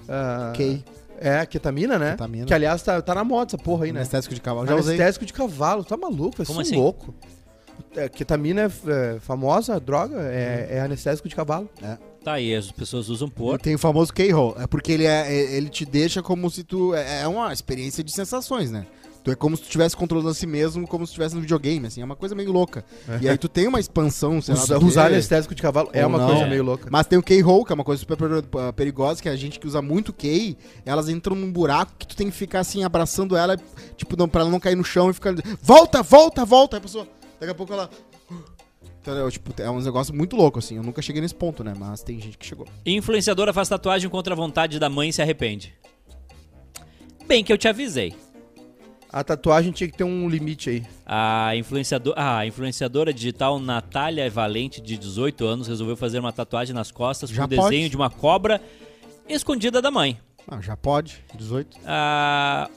Speaker 3: Ah,
Speaker 1: Ok.
Speaker 3: É, ketamina, né?
Speaker 1: Ketamina.
Speaker 3: Que, aliás, tá, tá na moda essa porra aí, né?
Speaker 1: Anestésico de cavalo. Já usei.
Speaker 3: Anestésico de cavalo. Tá maluco? É
Speaker 2: Como
Speaker 3: um
Speaker 2: assim?
Speaker 3: louco. É, ketamina é, é famosa, droga, é, é anestésico de cavalo.
Speaker 2: Tá, e as pessoas usam por.
Speaker 1: Tem o famoso K-Roll. É porque ele, é, é- ele te deixa como se tu. É é uma experiência de sensações, né? Tu é como se tu estivesse controlando a si mesmo, como se estivesse no videogame, assim. É uma coisa meio louca.
Speaker 3: É.
Speaker 1: E aí tu tem uma expansão, sei lá.
Speaker 3: Usa-
Speaker 1: do quê.
Speaker 3: usar anestésico de cavalo é
Speaker 1: Ou
Speaker 3: uma
Speaker 1: não.
Speaker 3: coisa meio louca.
Speaker 1: Mas tem o K-Roll, que é uma coisa super per- eh, perigosa, que a gente que usa muito K, elas entram num buraco que tu tem que ficar assim, abraçando ela, tipo, não, pra ela não cair no chão e ficar. Volta, volta, volta! Aí a pessoa. Daqui a pouco ela. Entendeu? Tipo, é um negócio muito louco, assim. Eu nunca cheguei nesse ponto, né? Mas tem gente que chegou.
Speaker 2: Influenciadora faz tatuagem contra a vontade da mãe e se arrepende. Bem que eu te avisei.
Speaker 3: A tatuagem tinha que ter um limite aí.
Speaker 2: A, influenciado- a influenciadora digital Natália Valente, de 18 anos, resolveu fazer uma tatuagem nas costas
Speaker 1: Já
Speaker 2: com
Speaker 1: pode.
Speaker 2: o desenho de uma cobra escondida da mãe.
Speaker 1: Ah, já pode, 18.
Speaker 2: A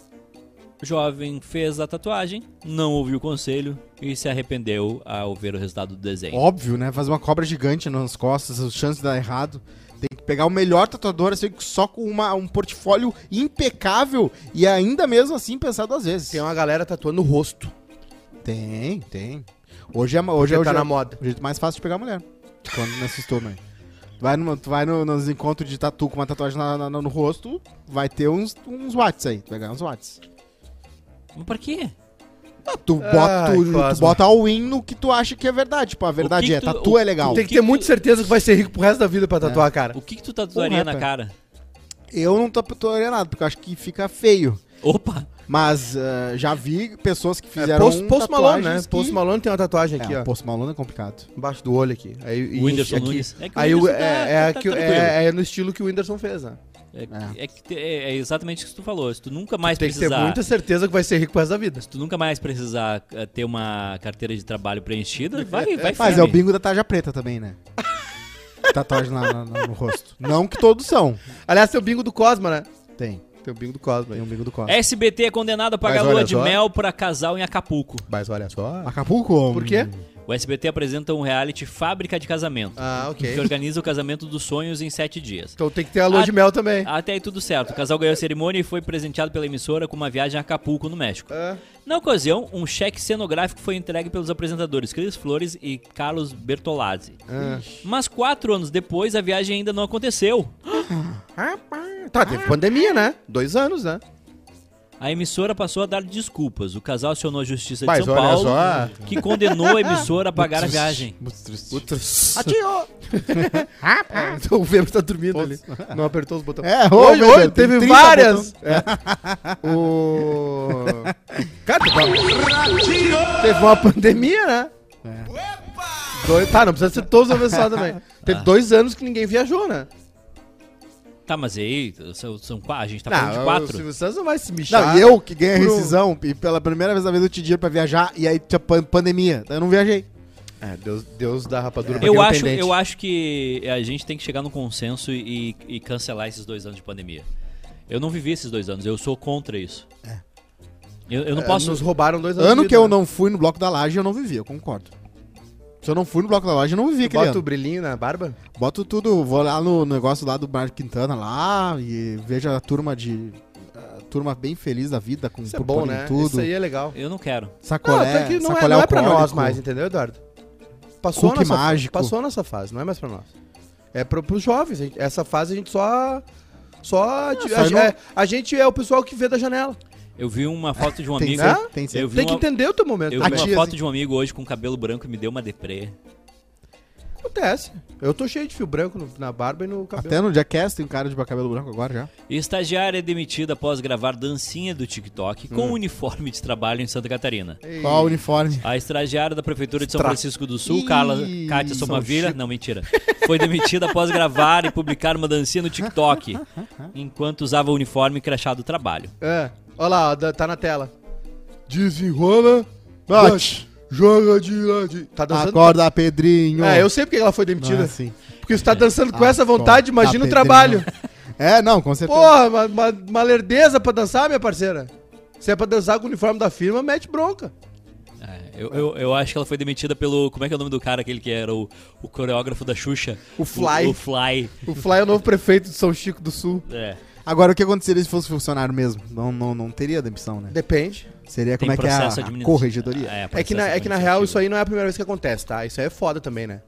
Speaker 2: jovem fez a tatuagem, não ouviu o conselho e se arrependeu ao ver o resultado do desenho.
Speaker 1: Óbvio, né? Fazer uma cobra gigante nas costas, as chances de dar errado. Tem que pegar o melhor tatuador, assim, só com uma, um portfólio impecável e ainda mesmo assim pensar duas vezes.
Speaker 3: Tem uma galera tatuando o rosto,
Speaker 1: Tem, tem. Hoje é, hoje
Speaker 3: hoje
Speaker 1: é,
Speaker 3: tá
Speaker 1: hoje
Speaker 3: na
Speaker 1: é
Speaker 3: moda.
Speaker 1: o jeito mais fácil de pegar mulher. Quando nessa turma aí. Tu vai, numa- tu vai no- nos encontros de tatu com uma tatuagem na- na- no rosto, vai ter uns, uns watts aí. Tu vai ganhar uns watts.
Speaker 2: Mas pra quê?
Speaker 1: Ah, tu,
Speaker 3: Ai,
Speaker 1: bota, tu, tu
Speaker 3: Cosma.
Speaker 1: bota all-in no que tu acha que é verdade. Tipo, a verdade
Speaker 2: que
Speaker 1: é,
Speaker 2: tu-
Speaker 1: tatu
Speaker 2: o-
Speaker 1: é legal.
Speaker 3: Tem que, ter muita certeza que vai ser rico pro resto da vida pra tatuar,
Speaker 1: É.
Speaker 3: cara.
Speaker 2: O que, que tu tatuaria
Speaker 1: Porra,
Speaker 2: na cara?
Speaker 1: Eu não tô tatuando nada, porque eu acho que fica feio.
Speaker 2: Opa!
Speaker 1: Mas ah, já vi pessoas que
Speaker 3: É,
Speaker 1: fizeram. um
Speaker 3: Post, Post Malone, né?
Speaker 1: tatuagens que-
Speaker 3: Post Malone tem uma tatuagem aqui,
Speaker 1: é,
Speaker 3: ó.
Speaker 1: Post Malone é complicado.
Speaker 3: Embaixo do olho aqui. Aí, e
Speaker 2: O Whindersson
Speaker 3: enche aqui.
Speaker 2: Nunes. É que o
Speaker 3: Aí o-
Speaker 2: Whindersson tá-
Speaker 3: é, é,
Speaker 2: tá
Speaker 3: aqui-
Speaker 2: tranquilo.
Speaker 3: é- é no estilo que o Whindersson fez, né?
Speaker 2: É, que- é que te- é- é exatamente o que tu falou. Se tu nunca mais
Speaker 3: Tem que ter
Speaker 2: precisar,
Speaker 3: muita certeza que vai ser rico pro resto da vida.
Speaker 2: se tu nunca mais precisar eh, ter uma carteira de trabalho preenchida, vai, vai
Speaker 1: Mas
Speaker 2: firme.
Speaker 1: é o bingo da tarja preta também, né? Tatuagem na- na- na- no rosto. Não que todos são.
Speaker 3: Aliás, tem o bingo do Cosma, né?
Speaker 1: Tem.
Speaker 3: Tem o bingo do Cosma
Speaker 1: Tem
Speaker 3: aí.
Speaker 1: um bingo do Costa.
Speaker 2: SBT é condenado a pagar
Speaker 3: Mas olha
Speaker 2: lua de
Speaker 3: só.
Speaker 2: mel pra casal em Acapulco.
Speaker 3: Mas olha só.
Speaker 1: Acapulco? Hum.
Speaker 3: Por quê?
Speaker 2: O SBT apresenta um reality Fábrica de Casamento,
Speaker 3: Ah,
Speaker 2: que
Speaker 3: ok.
Speaker 2: organiza o casamento dos sonhos em sete dias.
Speaker 3: Então tem que ter a lua
Speaker 2: Ah,
Speaker 3: de mel também.
Speaker 2: Até aí tudo certo. O casal ganhou a cerimônia e foi presenteado pela emissora com uma viagem a Acapulco, no México.
Speaker 3: Ah,
Speaker 2: Na ocasião, um cheque cenográfico foi entregue pelos apresentadores Cris Flores e Carlos Bertolazzi.
Speaker 3: ah.
Speaker 2: Mas quatro anos depois, a viagem ainda não aconteceu.
Speaker 3: Tá, teve pandemia, né? Dois anos, né?
Speaker 2: A emissora passou a dar desculpas. O casal acionou a Justiça de
Speaker 3: Mas
Speaker 2: São
Speaker 3: olha
Speaker 2: Paulo,
Speaker 1: hum,
Speaker 3: só.
Speaker 2: que condenou a emissora a pagar a viagem.
Speaker 1: Muito triste.
Speaker 3: o Weber tá dormindo ali. Não apertou os botões.
Speaker 1: É, ô,
Speaker 3: hoje,
Speaker 1: Weber,
Speaker 3: hoje
Speaker 1: tem
Speaker 3: teve
Speaker 1: 30
Speaker 3: várias. É. O. Cara, teve uma... teve uma pandemia, né? Dois... Tá, não precisa ser todos avessados também. Teve dois anos que ninguém viajou, né?
Speaker 2: Tá, mas aí, são, são qua- a gente tá falando
Speaker 3: não,
Speaker 2: de
Speaker 3: o
Speaker 2: quatro.
Speaker 3: Silvio Santos não vai se
Speaker 1: Não,
Speaker 3: michar.
Speaker 1: e eu que ganhei a
Speaker 3: Bruno.
Speaker 1: rescisão e pela primeira vez na vida eu te dinheiro pra viajar e aí tinha pan- pandemia. Então Eu não viajei.
Speaker 3: É, Deus, Deus dá rapadura pra
Speaker 2: Eu
Speaker 3: quem não
Speaker 2: acho,
Speaker 3: tem dente.
Speaker 2: eu acho que a gente tem que chegar num consenso e, e cancelar esses dois anos de pandemia. Eu não vivi esses dois anos, eu sou contra isso. Eu, eu não
Speaker 3: É,
Speaker 2: posso.
Speaker 3: Nos roubaram dois anos.
Speaker 1: Ano
Speaker 3: de
Speaker 1: que eu
Speaker 3: vida, né?
Speaker 1: não fui no Bloco da Laje, eu não vivi, eu concordo. Se eu não fui no Bloco da Laje, eu não vivi,
Speaker 3: Tu Bota
Speaker 1: aquele
Speaker 3: o
Speaker 1: ano.
Speaker 3: brilhinho na barba?
Speaker 1: Boto tudo, vou lá no negócio lá do Bar Quintana lá e vejo a turma de... A turma bem feliz da vida, com
Speaker 3: Isso é
Speaker 1: por-
Speaker 3: bom,
Speaker 1: por
Speaker 3: né?
Speaker 1: tudo.
Speaker 3: Isso aí é legal.
Speaker 2: Eu não quero.
Speaker 1: Sacolé,
Speaker 3: até que não, é,
Speaker 1: sacolé
Speaker 3: não é pra nós
Speaker 1: alcoólico.
Speaker 3: mais, entendeu, Eduardo? Passou a,
Speaker 1: Cookie
Speaker 3: nossa,
Speaker 1: mágico.
Speaker 3: passou a nossa fase, não é mais pra nós. É pro, pros jovens. a gente- essa fase a gente só. Só. a,
Speaker 1: só
Speaker 3: a-
Speaker 1: não-
Speaker 3: é- a gente é o pessoal que vê da janela.
Speaker 2: Eu vi uma foto de um
Speaker 1: Tem
Speaker 2: amigo.
Speaker 1: sempre,
Speaker 3: Né?
Speaker 1: tem sempre.
Speaker 2: Eu vi,
Speaker 3: Tem que
Speaker 2: uma,
Speaker 3: entender o teu momento.
Speaker 2: eu vi
Speaker 3: também.
Speaker 1: A
Speaker 2: uma
Speaker 1: tia,
Speaker 2: foto
Speaker 1: assim.
Speaker 2: de um amigo hoje com cabelo branco e me deu uma deprê.
Speaker 3: Acontece. Eu tô cheio de fio branco no- na barba e no cabelo.
Speaker 1: Até no Jackass tem um cara de cabelo branco agora já.
Speaker 2: Estagiária é demitida após gravar dancinha do TikTok
Speaker 3: Hum.
Speaker 2: com uniforme de trabalho em Santa Catarina.
Speaker 3: Ei.
Speaker 1: Qual o uniforme?
Speaker 2: A estagiária da Prefeitura de São
Speaker 3: Estra-
Speaker 2: Francisco do Sul,
Speaker 1: Ih,
Speaker 2: Carla Cátia
Speaker 1: São
Speaker 2: Somavira, não, mentira, foi demitida após gravar e publicar uma dancinha no TikTok, enquanto usava o uniforme crachado do trabalho.
Speaker 3: É. Olha lá, ó, da- tá na tela. Desenrola.
Speaker 1: Bate.
Speaker 3: Joga de lado. Tá dançando.
Speaker 1: Acorda, Pedrinho.
Speaker 3: É, eu sei porque ela foi demitida.
Speaker 1: Não é assim.
Speaker 3: Porque você tá dançando com
Speaker 1: Ah,
Speaker 3: essa vontade,
Speaker 1: tá,
Speaker 3: imagina o
Speaker 1: Pedrinho.
Speaker 3: trabalho.
Speaker 1: É, não, com certeza.
Speaker 3: Porra, uma, uma, uma lerdeza pra dançar, minha parceira. Se é pra dançar com o uniforme da firma, mete bronca.
Speaker 2: É, eu, eu, eu acho que ela foi demitida pelo. Como é que é o nome do cara, aquele que era o, o coreógrafo da Xuxa?
Speaker 3: O Fly.
Speaker 2: O, o Fly.
Speaker 3: O Fly é o novo prefeito de São Chico do Sul.
Speaker 2: É.
Speaker 1: Agora, o que aconteceria se fosse funcionário mesmo? Não, não, não teria demissão, né?
Speaker 3: Depende.
Speaker 1: Seria
Speaker 2: Tem
Speaker 1: como é que é a,
Speaker 2: processo
Speaker 1: a
Speaker 2: administ-
Speaker 1: corregedoria.
Speaker 2: É,
Speaker 3: É que, na, é que na real isso aí não é a primeira vez que acontece, tá? Isso aí é foda também, né?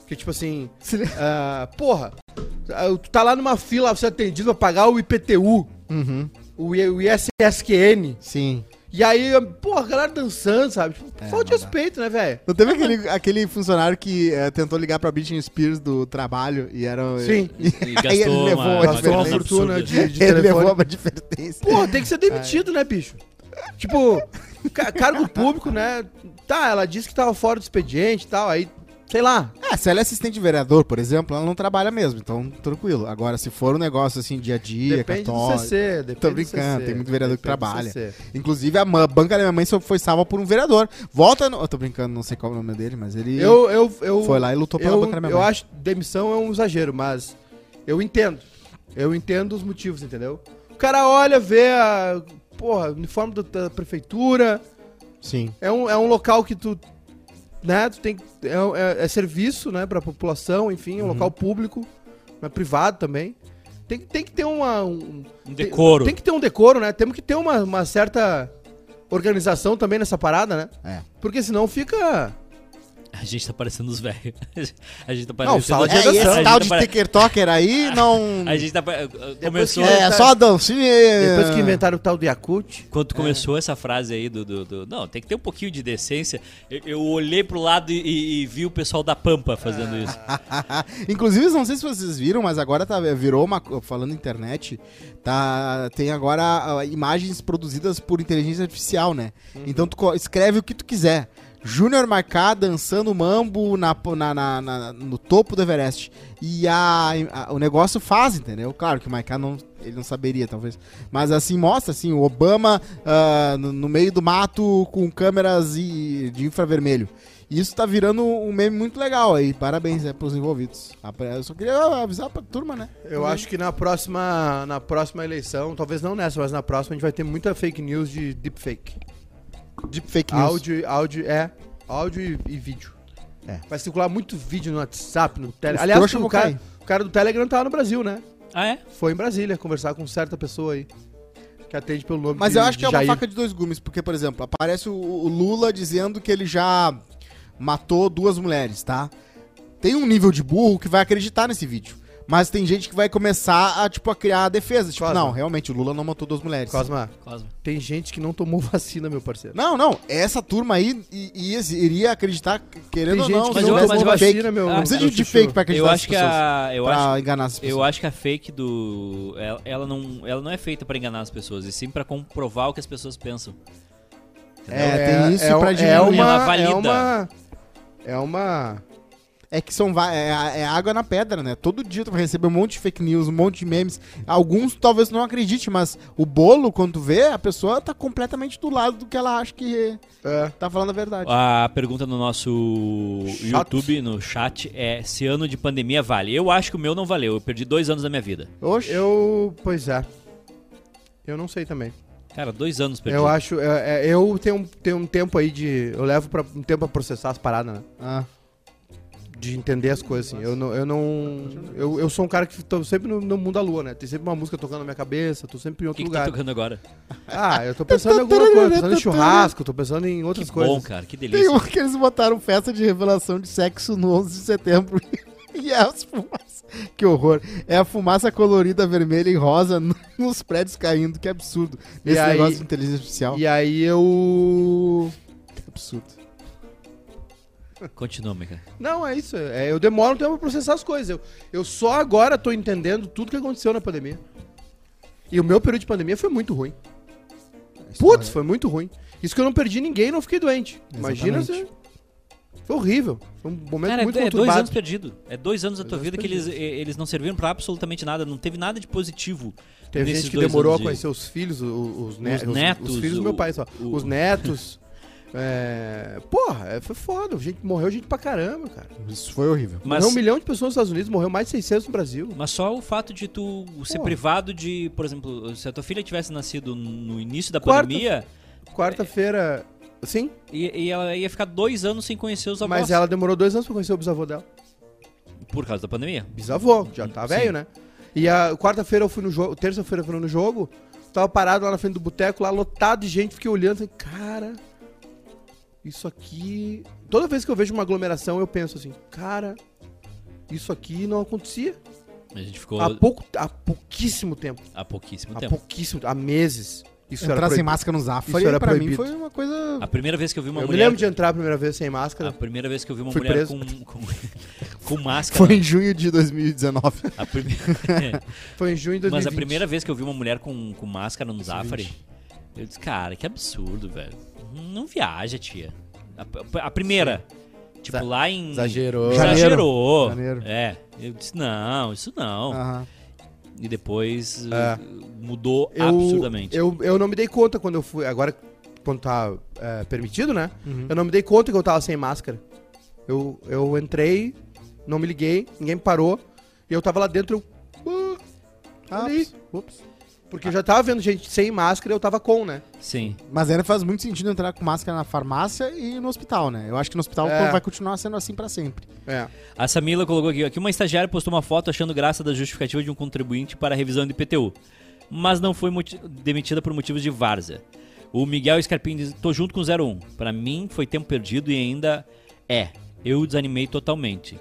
Speaker 3: Porque, tipo assim. ah, porra, ah, tu tá lá numa fila, você é atendido pra pagar o IPTU,
Speaker 1: Uhum,
Speaker 3: o, I- o ISSQN.
Speaker 1: sim.
Speaker 3: E aí, porra, a galera dançando, sabe? Tipo, falta de respeito, né, velho?
Speaker 1: Não teve aquele, aquele funcionário que eh, tentou ligar pra Britney Spears do trabalho e era... eh,
Speaker 3: Sim.
Speaker 2: E
Speaker 1: Aí ele
Speaker 2: gastou
Speaker 1: levou-
Speaker 2: uma, uma,
Speaker 1: gastou uma
Speaker 2: grana
Speaker 3: fortuna
Speaker 2: absurda.
Speaker 3: de-
Speaker 1: né? ele
Speaker 3: telefone.
Speaker 1: levou uma advertência.
Speaker 3: Porra, tem que ser demitido, né, bicho? Tipo, ca- cargo público, né? Tá, ela disse que tava fora do expediente e tal, aí, sei lá.
Speaker 1: Ah, se ela é assistente de vereador, por exemplo, ela não trabalha mesmo, então tranquilo. Agora, se for um negócio assim, dia a dia,
Speaker 3: Depende do
Speaker 1: católico...
Speaker 3: CC, depende
Speaker 1: Tô
Speaker 3: do
Speaker 1: brincando,
Speaker 3: CC,
Speaker 1: tem muito vereador que
Speaker 3: depende do
Speaker 1: trabalha.
Speaker 3: CC.
Speaker 1: Inclusive, a ma- banca da minha mãe só foi salva por um vereador. Volta no... Eu tô brincando, não sei qual é o nome dele, mas ele
Speaker 3: Eu, eu, eu,
Speaker 1: foi lá e lutou pela
Speaker 3: eu,
Speaker 1: banca da minha
Speaker 3: eu
Speaker 1: mãe.
Speaker 3: acho que demissão é um exagero, mas eu entendo. Eu entendo os motivos, entendeu? O cara olha, vê a. Porra, uniforme do- da prefeitura.
Speaker 1: Sim.
Speaker 3: É um, é um local que tu. Né, tu tem, que- é, um- é, é serviço né, pra população, enfim, é um local público, mas privado também. Tem, que- tem que ter uma, um.
Speaker 2: Um decoro.
Speaker 3: Tem, tem que ter um decoro, né? Temos que ter uma, uma certa organização também nessa parada, né?
Speaker 1: É.
Speaker 3: Porque senão fica.
Speaker 2: A gente tá parecendo os velhos. A gente tá
Speaker 3: Não,
Speaker 2: parecendo.
Speaker 3: sala de
Speaker 2: a
Speaker 1: É,
Speaker 2: gente
Speaker 1: e
Speaker 3: redação.
Speaker 2: tá
Speaker 1: esse tal de
Speaker 2: pare-
Speaker 1: TikToker aí não...
Speaker 2: A gente tá. pa- Começou.
Speaker 3: que-
Speaker 1: É, só a dancinha.
Speaker 3: Depois que inventaram o tal do Yakut.
Speaker 2: Quando tu começou essa frase aí do, do- do- Não, tem que ter um pouquinho de decência. Eu, eu olhei pro lado e- e, e vi o pessoal da Pampa fazendo isso.
Speaker 1: Inclusive, não sei se vocês viram, mas agora tá, virou uma. co- Falando internet, tá, tem agora ah, imagens produzidas por inteligência artificial, né? Então tu co- escreve o que tu quiser. Júnior Marcá dançando mambo na, po- na- na- na- no topo do Everest. E a, a- o negócio faz, entendeu? Claro que o Marcá não, ele não saberia, talvez. Mas assim, mostra assim, o Obama ah, no, no meio do mato com câmeras e- de infravermelho. E isso tá virando um meme muito legal aí. Parabéns é, pros envolvidos. Apre- Eu só queria avisar pra turma, né?
Speaker 3: Eu acho que na próxima, na próxima eleição, talvez não nessa, mas na próxima, a gente vai ter muita fake news de deepfake.
Speaker 1: Deep fake news.
Speaker 3: Áudio, áudio, é. Áudio e, e vídeo.
Speaker 1: É.
Speaker 3: Vai circular muito vídeo no WhatsApp, no
Speaker 1: Os
Speaker 3: Telegram. Aliás,
Speaker 1: trouxa
Speaker 3: o
Speaker 1: vão
Speaker 3: cara,
Speaker 1: cair.
Speaker 3: o cara do Telegram tá no Brasil, né?
Speaker 2: Ah, é?
Speaker 3: Foi em Brasília conversar com certa pessoa aí. Que atende pelo nome
Speaker 1: Mas
Speaker 3: de-
Speaker 1: eu acho que
Speaker 3: de
Speaker 1: é uma
Speaker 3: Jair.
Speaker 1: faca de dois gumes, porque, por exemplo, aparece o, o Lula dizendo que ele já matou duas mulheres, tá? Tem um nível de burro que vai acreditar nesse vídeo. Mas tem gente que vai começar a, tipo, a criar a defesa. Tipo,
Speaker 3: Cosma.
Speaker 1: não, realmente, o Lula não matou duas mulheres.
Speaker 3: Cosma,
Speaker 2: Cosma.
Speaker 3: tem gente que não tomou vacina, meu parceiro.
Speaker 1: Não, não. Essa turma aí i- i- iria acreditar, querendo
Speaker 3: Tem gente
Speaker 1: ou não,
Speaker 3: que
Speaker 2: não
Speaker 1: tomou
Speaker 2: mas eu acho-
Speaker 1: fake.
Speaker 3: meu.
Speaker 2: Ah,
Speaker 1: Não precisa
Speaker 3: meu
Speaker 1: de, de
Speaker 3: chuchu.
Speaker 1: fake pra acreditar
Speaker 2: Eu
Speaker 1: nas
Speaker 2: acho que
Speaker 1: pessoas,
Speaker 2: a. Eu
Speaker 1: pra
Speaker 2: acho,
Speaker 1: enganar as pessoas.
Speaker 2: eu acho que a fake do. Ela, ela não, ela não é feita pra enganar as pessoas, e sim pra comprovar o que as pessoas pensam.
Speaker 1: É, tem isso pra
Speaker 3: um-
Speaker 1: diminuir.
Speaker 3: É uma,
Speaker 2: Ela valida.
Speaker 3: é uma... É uma...
Speaker 1: É que são va- é, é água na pedra, né? Todo dia tu vai receber um monte de fake news, um monte de memes. Alguns talvez não acredite, mas o bolo, quando tu vê, a pessoa tá completamente do lado do que ela acha que
Speaker 3: É.
Speaker 1: tá falando a verdade.
Speaker 2: A pergunta no nosso
Speaker 3: Chat.
Speaker 2: YouTube, no chat, é se ano de pandemia vale. Eu acho que o meu não valeu. Eu perdi dois anos da minha vida.
Speaker 1: Oxe.
Speaker 3: Eu... Pois é. Eu não sei também.
Speaker 2: Cara, dois anos perdi.
Speaker 3: Eu acho... é- é- eu tenho, um- tenho um tempo aí de... Eu levo pra, um tempo pra processar as paradas, né?
Speaker 1: Ah.
Speaker 3: De entender as coisas, assim. Eu não... Eu, não, eu, eu sou um cara que tô sempre no, no mundo da lua, né? Tem sempre uma música tocando na minha cabeça, tô sempre em
Speaker 2: O
Speaker 3: outro
Speaker 2: que, que tá
Speaker 3: lugar.
Speaker 2: tocando agora?
Speaker 3: Ah, eu tô pensando em alguma coisa. Tô pensando em churrasco, tô pensando em outras
Speaker 2: que
Speaker 3: coisas.
Speaker 2: bom, cara. Que delícia.
Speaker 1: Tem um que eles botaram festa de revelação de sexo no 11 de setembro. e é as fumaças. Que horror. É a fumaça colorida, vermelha e rosa no- nos prédios caindo. Que absurdo.
Speaker 3: E
Speaker 1: Esse
Speaker 3: aí-
Speaker 1: negócio de inteligência artificial.
Speaker 3: E aí eu.
Speaker 1: Que absurdo.
Speaker 2: Continua, Mica.
Speaker 3: Não, é isso. é, eu demoro um tempo pra processar as coisas. Eu, eu só agora tô entendendo tudo que aconteceu na pandemia. E o meu período de pandemia foi muito ruim. Putz, foi muito ruim. Isso que eu não perdi ninguém e não fiquei doente. Imagina se.
Speaker 1: Exatamente.
Speaker 3: Foi horrível. Foi um momento
Speaker 2: Cara, é,
Speaker 3: muito
Speaker 2: é dois anos
Speaker 3: conturbado.
Speaker 2: perdido. É dois anos da tua
Speaker 3: anos
Speaker 2: vida que eles, e- eles não serviram pra absolutamente nada. Não teve nada de positivo.
Speaker 3: Teve
Speaker 2: nesses
Speaker 3: gente que
Speaker 2: dois
Speaker 3: demorou a
Speaker 2: anos de-
Speaker 3: conhecer os filhos, o- o- os, ne-
Speaker 2: Os
Speaker 3: os- os
Speaker 2: netos,
Speaker 3: filhos do meu
Speaker 2: o-
Speaker 3: pai só.
Speaker 2: o-
Speaker 3: Os netos. É, Porra, é, foi foda. Gente, morreu gente pra caramba, cara.
Speaker 1: Isso foi horrível.
Speaker 2: Mas,
Speaker 3: Morreu um milhão de pessoas nos Estados Unidos, morreu mais de 600 no Brasil.
Speaker 2: mas só o fato de tu ser
Speaker 3: Pô.
Speaker 2: privado de, por exemplo, se a tua filha tivesse nascido no início da
Speaker 3: Quarta-
Speaker 2: pandemia,
Speaker 3: Quarta-feira. Sim,
Speaker 2: e, e ela ia ficar dois anos sem conhecer os avós
Speaker 3: mas ela demorou dois anos pra conhecer o bisavô dela.
Speaker 2: por causa da pandemia.
Speaker 3: Bisavô, já tá
Speaker 2: Sim.
Speaker 3: velho, né? E a quarta-feira eu fui no jogo, terça-feira eu fui no jogo, tava parado lá na frente do boteco, lá lotado de gente, fiquei olhando, assim, cara, isso aqui. Toda vez que eu vejo uma aglomeração, eu penso assim, cara, isso aqui não acontecia
Speaker 2: A gente ficou
Speaker 3: há, pouco, há pouquíssimo tempo.
Speaker 2: há pouquíssimo
Speaker 3: Há
Speaker 2: tempo.
Speaker 3: pouquíssimo, há meses. Isso
Speaker 1: Entrar sem
Speaker 3: proibido.
Speaker 1: máscara é no Zafari,
Speaker 3: Isso era
Speaker 1: pra mim,
Speaker 3: proibido.
Speaker 1: foi uma coisa...
Speaker 2: A primeira vez que eu vi uma
Speaker 3: Eu me
Speaker 2: mulher.
Speaker 3: lembro de entrar a primeira vez sem máscara.
Speaker 2: A primeira vez que eu vi uma
Speaker 3: Fui
Speaker 2: mulher
Speaker 3: preso.
Speaker 2: com, com, com máscara.
Speaker 1: Foi em junho de 2019.
Speaker 2: A primeira-
Speaker 3: Foi em junho
Speaker 2: Ah.
Speaker 3: de 2020.
Speaker 2: Mas a primeira vez que eu vi uma mulher com, com máscara no Zafari, eu disse, cara, que absurdo, velho. Não viaja, tia. A, a- a primeira. Tipo,
Speaker 3: Exa-
Speaker 2: lá em.
Speaker 3: Exagerou.
Speaker 1: Janeiro.
Speaker 2: Exagerou.
Speaker 1: Janeiro.
Speaker 2: É. Eu disse, não, isso não.
Speaker 1: Aham.
Speaker 2: E depois
Speaker 3: Ah. É.
Speaker 2: eh, mudou
Speaker 3: Eu,
Speaker 2: absurdamente.
Speaker 3: Eu, eu não me dei conta quando eu fui. Agora, quando tá é, permitido, né?
Speaker 1: Uhum.
Speaker 3: Eu não me dei conta que eu tava sem máscara. Eu, eu entrei, não me liguei, ninguém me parou. E eu tava lá dentro, eu. Ah,
Speaker 1: Ah,
Speaker 3: olha aí.
Speaker 1: ups, ups.
Speaker 3: Porque eu já tava vendo gente sem máscara e eu tava com, né?
Speaker 2: Sim.
Speaker 1: Mas era faz muito sentido entrar com máscara na farmácia e no hospital, né? Eu acho que no hospital
Speaker 3: É.
Speaker 1: vai continuar sendo assim pra sempre.
Speaker 3: É.
Speaker 2: A Samila colocou aqui, ó, que uma estagiária postou uma foto achando graça da justificativa de um contribuinte para a revisão do IPTU, mas não foi moti- demitida por motivos de várzea. O Miguel Scarpim diz, tô junto com o 01. Pra mim foi tempo perdido e ainda é. Eu desanimei totalmente.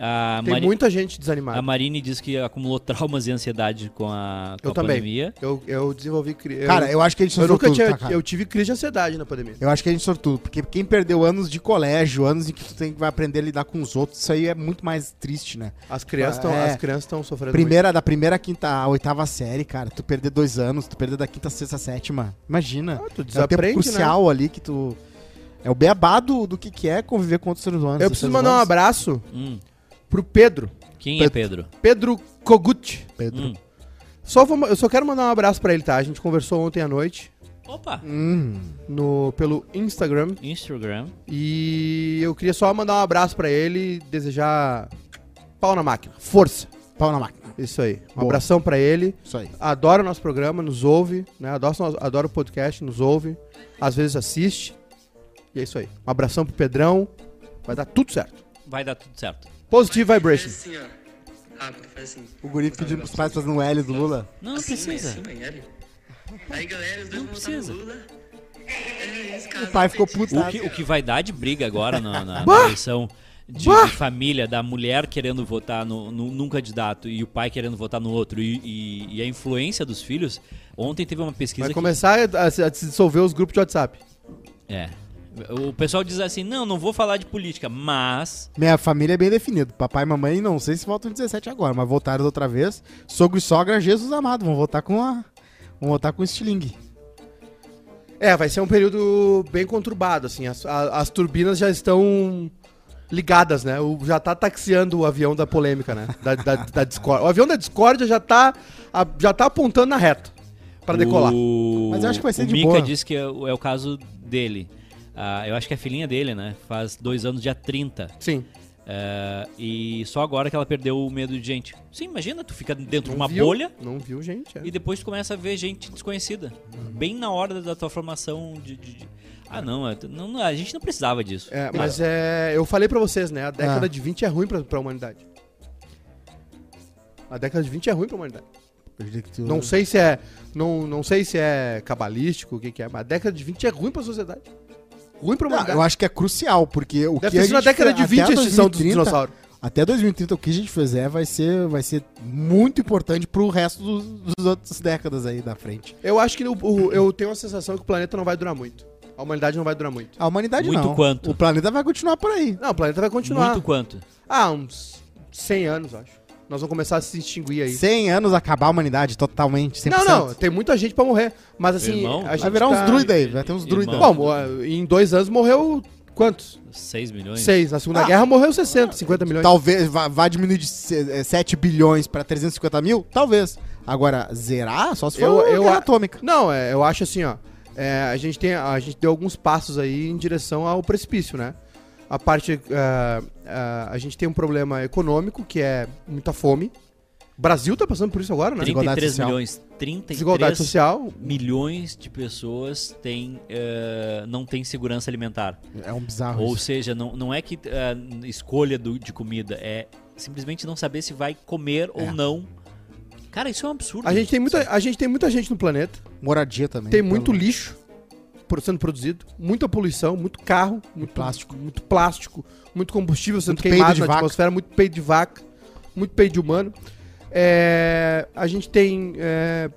Speaker 2: A,
Speaker 3: Tem
Speaker 2: Mari-
Speaker 3: muita gente
Speaker 2: a
Speaker 3: desanimada.
Speaker 2: Marine diz que acumulou traumas e ansiedade com a, com
Speaker 3: Eu
Speaker 2: a
Speaker 3: também.
Speaker 2: pandemia.
Speaker 3: Eu, eu desenvolvi. cri- Eu,
Speaker 1: Cara, eu acho que a gente
Speaker 3: eu nunca
Speaker 1: sortudo,
Speaker 3: tinha.
Speaker 1: tá, cara?
Speaker 3: eu tive crise de ansiedade na pandemia.
Speaker 1: Eu acho que a gente sortudo, porque quem perdeu anos de colégio, anos em que tu tem que vai aprender a lidar com os outros, isso aí é muito mais triste, né?
Speaker 3: As crianças estão
Speaker 1: É.
Speaker 3: as crianças estão sofrendo.
Speaker 1: Primeira, da primeira à quinta, à oitava série, cara, tu perder dois anos, tu perder da quinta, sexta, sétima, imagina.
Speaker 3: muito. Ah, tu
Speaker 1: É um tempo
Speaker 3: desaprende, né?
Speaker 1: crucial ali que tu... É o beabá do, do que, que é conviver com outros seres humanos.
Speaker 3: Eu preciso mandar um
Speaker 1: abraço.
Speaker 3: abraço
Speaker 2: Hum,
Speaker 3: pro Pedro.
Speaker 2: quem é
Speaker 3: Pet-
Speaker 2: Pedro?
Speaker 3: Pedro Kogut.
Speaker 1: Pedro.
Speaker 2: Hum.
Speaker 3: Só vou ma- eu só quero mandar um abraço pra ele, tá? A gente conversou ontem à noite
Speaker 2: Opa!
Speaker 1: Hum.
Speaker 3: no, pelo Instagram
Speaker 2: Instagram.
Speaker 3: e eu queria só mandar um abraço pra ele e desejar pau na máquina, força.
Speaker 1: Pau na máquina.
Speaker 3: Isso aí. Um
Speaker 1: Boa.
Speaker 3: abração pra ele.
Speaker 1: Isso aí.
Speaker 3: Adora o nosso programa, nos ouve, né? Adora, adora o podcast, nos ouve. Às vezes assiste. E é isso aí. Um abração pro Pedrão. Vai dar tudo certo.
Speaker 2: Vai dar tudo certo.
Speaker 3: Positive vibration.
Speaker 6: Faz assim, ó. Rápido, faz assim.
Speaker 1: O guri pedindo pros pais fazendo um L do Lula.
Speaker 2: Não,
Speaker 6: Assim,
Speaker 2: precisa.
Speaker 6: mãe, assim, mãe, olha. Aí, galera, os dois
Speaker 2: Não
Speaker 6: vão
Speaker 2: precisa.
Speaker 6: votar no Lula. É isso, cara.
Speaker 1: O pai ficou puto.
Speaker 2: O que, o que vai dar de briga agora na, na- na
Speaker 3: Bah!
Speaker 2: eleição de, de família, da mulher querendo votar no, no- num candidato e o pai querendo votar no outro, e, e- e a influência dos filhos. Ontem teve uma pesquisa.
Speaker 3: Vai
Speaker 2: que-
Speaker 3: começar a, a se a se dissolver os grupos de WhatsApp.
Speaker 2: É. O pessoal diz assim: não, não vou falar de política, mas.
Speaker 1: Minha família é bem definida. Papai e mamãe, não sei se votam em 17 agora, mas votaram da outra vez. Sogro e sogra, Jesus amado. Vão votar com a. Vão votar com o estilingue.
Speaker 3: É, vai ser um período bem conturbado, assim. As, a- as turbinas já estão ligadas, né? O, já tá taxiando o avião da polêmica, né? Da, da, da discórdia. O avião da discórdia já tá, a- já tá apontando na reta pra decolar.
Speaker 2: O...
Speaker 1: Mas eu acho que vai ser
Speaker 2: o
Speaker 1: de
Speaker 2: Mika
Speaker 1: boa.
Speaker 2: disse que é, o é o caso dele. Ah, eu acho que é a filhinha dele, né? Faz dois anos, dia 30.
Speaker 3: Sim.
Speaker 2: É, e só agora que ela perdeu o medo de gente. Sim, imagina, tu fica dentro de
Speaker 3: Não
Speaker 2: uma
Speaker 3: viu-
Speaker 2: bolha
Speaker 3: Não viu, gente. é.
Speaker 2: e depois tu começa a ver gente desconhecida. Bem na hora da tua formação de. de- de- Ah, não, é- não, não, a gente não precisava disso.
Speaker 3: É, mas é, eu falei pra vocês, né? A década de 20 é ruim pra, pra humanidade. A década de 20 é ruim pra humanidade. Não
Speaker 1: Hum.
Speaker 3: sei se é. Não, não sei se é cabalístico, o que, que é, mas a década de 20 é ruim pra sociedade. Ruim pra
Speaker 1: Não,
Speaker 3: humanidade.
Speaker 1: eu acho que é crucial, porque o que
Speaker 3: Deve
Speaker 1: a
Speaker 3: ter sido na
Speaker 1: gente
Speaker 3: década de
Speaker 1: fe-
Speaker 3: 20 a
Speaker 1: até
Speaker 3: extinção dos
Speaker 1: 2030,
Speaker 3: dinossauros.
Speaker 1: Até 2030, o que a gente fizer vai ser, vai ser muito importante pro resto dos, dos outros décadas aí da frente.
Speaker 3: Eu acho que o- o- eu tenho a sensação que o planeta não vai durar muito. A humanidade não vai durar muito.
Speaker 1: A humanidade
Speaker 2: Muito
Speaker 1: não.
Speaker 2: quanto?
Speaker 1: O planeta vai continuar por aí.
Speaker 3: Não, o planeta vai continuar.
Speaker 2: Muito quanto.
Speaker 3: Ah, uns 100 anos, eu acho. Nós vamos começar a se extinguir aí.
Speaker 1: 100 anos acabar a humanidade totalmente, 100%.
Speaker 3: Não, não, tem muita gente pra morrer. Mas assim,
Speaker 2: Irmão,
Speaker 3: a
Speaker 1: Vai
Speaker 3: gente
Speaker 1: virar
Speaker 3: tá-
Speaker 1: uns druidas aí, vai ter uns
Speaker 2: Irmão.
Speaker 1: druidas.
Speaker 2: Bom,
Speaker 3: Bom, em dois anos morreu quantos?
Speaker 2: 6 milhões.
Speaker 3: Seis. Na Segunda
Speaker 1: Ah.
Speaker 3: Guerra morreu 60, 50 milhões.
Speaker 1: Talvez vá, vá diminuir de se- eh, 7 bilhões pra 350 mil? Talvez. Agora, zerar? Só se for
Speaker 3: Eu-
Speaker 1: uma
Speaker 3: eu
Speaker 1: guerra
Speaker 3: a-
Speaker 1: atômica.
Speaker 3: Não, é, eu acho assim, ó. é, a, gente tem, a gente deu alguns passos aí em direção ao precipício, né? A parte. ah, ah, a gente tem um problema econômico, que é muita fome. O Brasil tá passando por isso agora, né?
Speaker 1: Desigualdade
Speaker 2: 33
Speaker 1: social.
Speaker 2: milhões. 33
Speaker 3: Desigualdade social.
Speaker 2: milhões de pessoas têm, eh, não têm segurança alimentar.
Speaker 1: É um
Speaker 3: Ah,
Speaker 1: bizarro.
Speaker 2: Ou
Speaker 1: isso.
Speaker 2: seja, não, não é que eh, escolha do- de comida, é simplesmente não saber se vai comer ou não. Cara, isso é um absurdo.
Speaker 3: É. A gente, tem muita, a gente tem muita gente no planeta.
Speaker 1: Moradia também. então,
Speaker 3: Tem muito
Speaker 1: pelo-
Speaker 3: lixo por- sendo produzido, muita poluição, muito carro, muito plástico, muito plástico, muito combustível sendo
Speaker 1: Muito peido
Speaker 3: queimado
Speaker 1: de
Speaker 3: na
Speaker 1: vaca.
Speaker 3: atmosfera, muito peido de vaca, muito peido de humano. É, a gente tem é,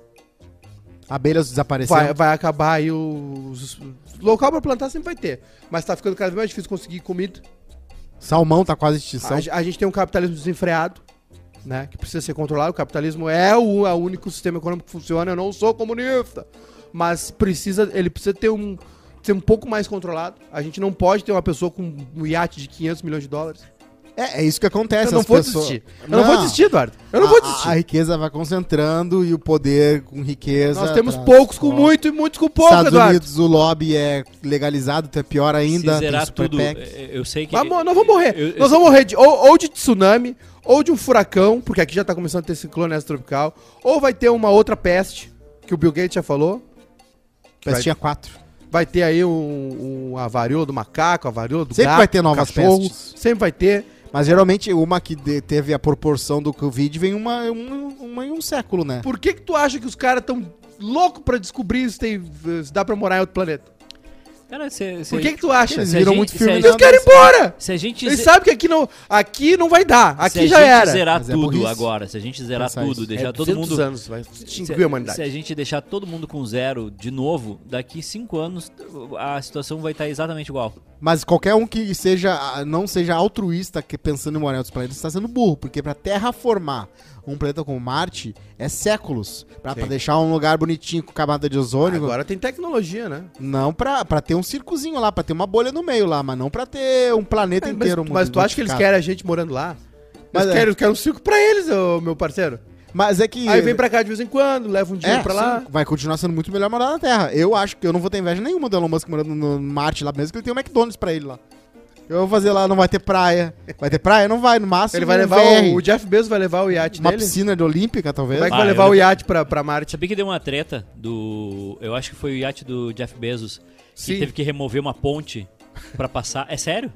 Speaker 1: Abelhas desapareceram.
Speaker 3: vai, vai acabar aí os, os- local pra plantar sempre vai ter, mas tá ficando cada vez mais difícil conseguir comida.
Speaker 1: Salmão tá quase
Speaker 3: A,
Speaker 1: extinção.
Speaker 3: ge- a gente tem um capitalismo desenfreado, né, que precisa ser controlado. O capitalismo é o, é o único sistema econômico que funciona. Eu não sou comunista, mas precisa, ele precisa ter um ser um pouco mais controlado. A gente não pode ter uma pessoa com um iate de 500 milhões de dólares.
Speaker 1: É, é isso que acontece.
Speaker 3: eu não
Speaker 1: as
Speaker 3: vou
Speaker 1: pessoas- Ah,
Speaker 3: desistir. Eu não, vou desistir, Eduardo. Eu não
Speaker 1: A-
Speaker 3: vou
Speaker 1: A, a
Speaker 3: desistir.
Speaker 1: riqueza vai concentrando e o poder com riqueza.
Speaker 3: Nós temos
Speaker 1: traz-
Speaker 3: poucos com
Speaker 1: Ó,
Speaker 3: muito e muitos com pouco,
Speaker 1: Estados
Speaker 3: Eduardo.
Speaker 1: Unidos, o lobby é legalizado, então é pior ainda.
Speaker 2: se
Speaker 1: tem
Speaker 2: zerar
Speaker 1: super
Speaker 2: tudo,
Speaker 1: PACs.
Speaker 2: eh, eu sei que...
Speaker 3: Vamos, nós vamos morrer.
Speaker 2: eu- eu-
Speaker 3: nós vamos morrer de, ou, ou de tsunami, ou de um furacão, porque aqui já tá começando a ter ciclone extratropical, ou vai ter uma outra peste, que o Bill Gates já falou.
Speaker 1: Mas tinha quatro.
Speaker 3: Vai ter aí um, um- a varíola do macaco, a varíola do
Speaker 1: Sempre
Speaker 3: gato,
Speaker 1: vai ter novas pestes.
Speaker 3: Sempre vai ter.
Speaker 1: Mas geralmente uma que de- teve a proporção do Covid vem uma, um- uma em um século, né?
Speaker 3: Por que que tu acha que os caras tão louco pra descobrir se, tem, se dá pra morar em outro planeta?
Speaker 2: Cara, se, se,
Speaker 3: Por que que tu acha?
Speaker 1: Eles
Speaker 2: se a
Speaker 1: viram
Speaker 2: gente-
Speaker 1: muito
Speaker 2: se
Speaker 1: filme
Speaker 2: a
Speaker 1: da-
Speaker 3: Eles querem ir embora!
Speaker 2: Se a gente...
Speaker 3: Eles
Speaker 2: ze-
Speaker 3: sabem que aqui não, aqui não vai dar,
Speaker 2: se a
Speaker 3: aqui
Speaker 2: é-
Speaker 3: já
Speaker 2: gente
Speaker 3: era.
Speaker 2: zerar
Speaker 1: Mas é
Speaker 2: tudo
Speaker 1: burrice.
Speaker 2: agora, se a gente zerar
Speaker 1: Pensar
Speaker 2: tudo,
Speaker 1: isso.
Speaker 2: deixar
Speaker 3: É
Speaker 2: todo
Speaker 3: 200
Speaker 2: mundo... é-
Speaker 3: anos, vai
Speaker 2: Se,
Speaker 3: extinguir a
Speaker 2: se
Speaker 3: humanidade.
Speaker 2: a gente deixar todo mundo com zero de novo, daqui cinco anos a situação vai estar exatamente igual.
Speaker 1: Mas qualquer um que seja ah, não seja altruísta que pensando em morar em outros planetas está sendo burro, porque pra Terra formar um planeta como Marte é séculos Pra pra deixar um lugar bonitinho com camada de
Speaker 2: é
Speaker 1: ozônio.
Speaker 3: Agora tem tecnologia, né?
Speaker 1: Não pra, pra ter um circozinho lá, pra ter uma bolha no meio lá, mas não pra ter um planeta
Speaker 3: É, Mas,
Speaker 1: inteiro.
Speaker 3: mas tu acha que eles
Speaker 1: modificado.
Speaker 3: querem a gente morando lá?
Speaker 1: Mas
Speaker 3: Eles
Speaker 1: é.
Speaker 3: querem, querem um circo pra eles, ô, meu parceiro.
Speaker 1: Mas é que.
Speaker 3: Aí vem pra cá de vez em quando, leva um dia
Speaker 1: É,
Speaker 3: pra lá.
Speaker 1: sim, vai continuar sendo muito melhor morar na Terra. Eu acho que eu não vou ter inveja nenhuma do Elon Musk morando no Marte lá, mesmo que ele tenha um McDonald's pra ele lá. Eu vou fazer lá, não vai ter praia. Vai ter praia? Não vai, no máximo.
Speaker 3: Ele vai
Speaker 1: um
Speaker 3: levar
Speaker 1: VR,
Speaker 3: o, o Jeff Bezos vai levar o iate
Speaker 1: uma
Speaker 3: dele.
Speaker 1: piscina de olímpica, talvez.
Speaker 3: Como é que
Speaker 2: Ah,
Speaker 3: vai
Speaker 2: eu
Speaker 3: levar
Speaker 2: não-
Speaker 3: o iate pra, pra Marte?
Speaker 2: Sabia que deu uma treta do. Eu acho que foi o iate do Jeff Bezos que
Speaker 3: Sim.
Speaker 2: teve que remover uma ponte pra passar. É sério?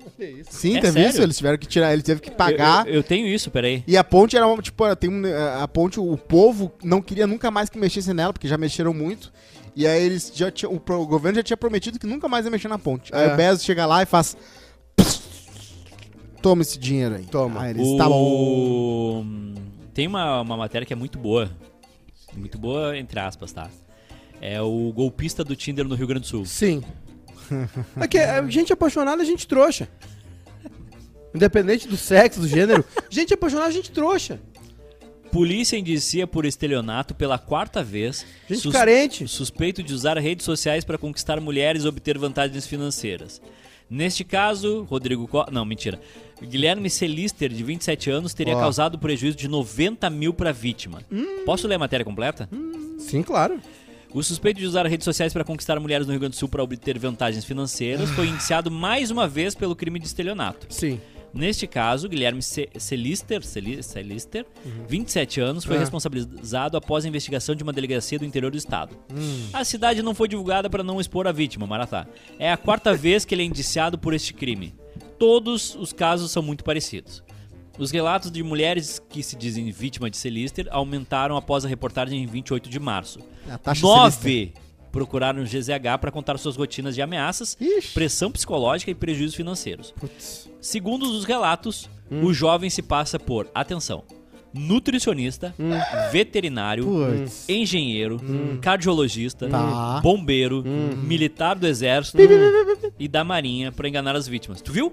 Speaker 1: Sim,
Speaker 2: É
Speaker 1: teve
Speaker 2: sério?
Speaker 1: isso. Eles tiveram que tirar, ele teve que pagar.
Speaker 2: Eu, eu- eu tenho isso, peraí.
Speaker 1: E a ponte era uma, tipo, era- tem um, a ponte, o povo não queria nunca mais que mexesse nela, porque já mexeram muito. E aí eles já tinham, o, pro- o governo já tinha prometido que nunca mais ia mexer na ponte. Aí
Speaker 3: É.
Speaker 1: o Bezos chega lá e faz. Toma esse dinheiro aí.
Speaker 3: Toma.
Speaker 1: Ah, eles, Tá bom.
Speaker 2: O- Tem uma, uma matéria que é muito boa. Muito boa, entre aspas, tá? É o golpista do Tinder no Rio Grande do Sul.
Speaker 3: Sim. É que é, gente apaixonada, é gente trouxa. Independente do sexo, do gênero, gente apaixonada, é gente trouxa.
Speaker 2: Polícia indicia por estelionato pela quarta vez.
Speaker 3: Gente
Speaker 2: sus-
Speaker 3: carente.
Speaker 2: Suspeito de usar redes sociais para conquistar mulheres e obter vantagens financeiras. Neste caso, Rodrigo Co... Não, mentira. Guilherme Celister, de 27 anos, teria
Speaker 3: Ó. Hum.
Speaker 2: causado prejuízo de 90 mil para a vítima. Posso ler a matéria completa?
Speaker 3: Sim, claro.
Speaker 2: O suspeito de usar redes sociais para conquistar mulheres no Rio Grande do Sul para obter vantagens financeiras foi indiciado mais uma vez pelo crime de estelionato.
Speaker 3: Sim.
Speaker 2: Neste caso, Guilherme Ce- Celister, Celi- Celister
Speaker 1: Uhum.
Speaker 2: 27 anos,
Speaker 1: Ah.
Speaker 2: foi responsabilizado após a investigação de uma delegacia do interior do estado.
Speaker 1: Hum.
Speaker 2: A cidade não foi divulgada para não expor a vítima, Maratá. É a quarta vez que ele é indiciado por este crime. Todos os casos são muito parecidos. Os relatos de mulheres que se dizem vítima de Celister aumentaram após a reportagem em 28 de março.
Speaker 1: A taxa Celeste.
Speaker 2: Nove procuraram o GZH para contar suas rotinas de ameaças,
Speaker 3: Ixi.
Speaker 2: pressão psicológica e prejuízos financeiros.
Speaker 3: Putz.
Speaker 2: Segundo os relatos, o jovem se passa por, atenção, nutricionista, veterinário,
Speaker 1: Puts.
Speaker 2: engenheiro, cardiologista,
Speaker 1: Tá.
Speaker 2: bombeiro, militar do exército e da marinha para enganar as vítimas. Tu viu?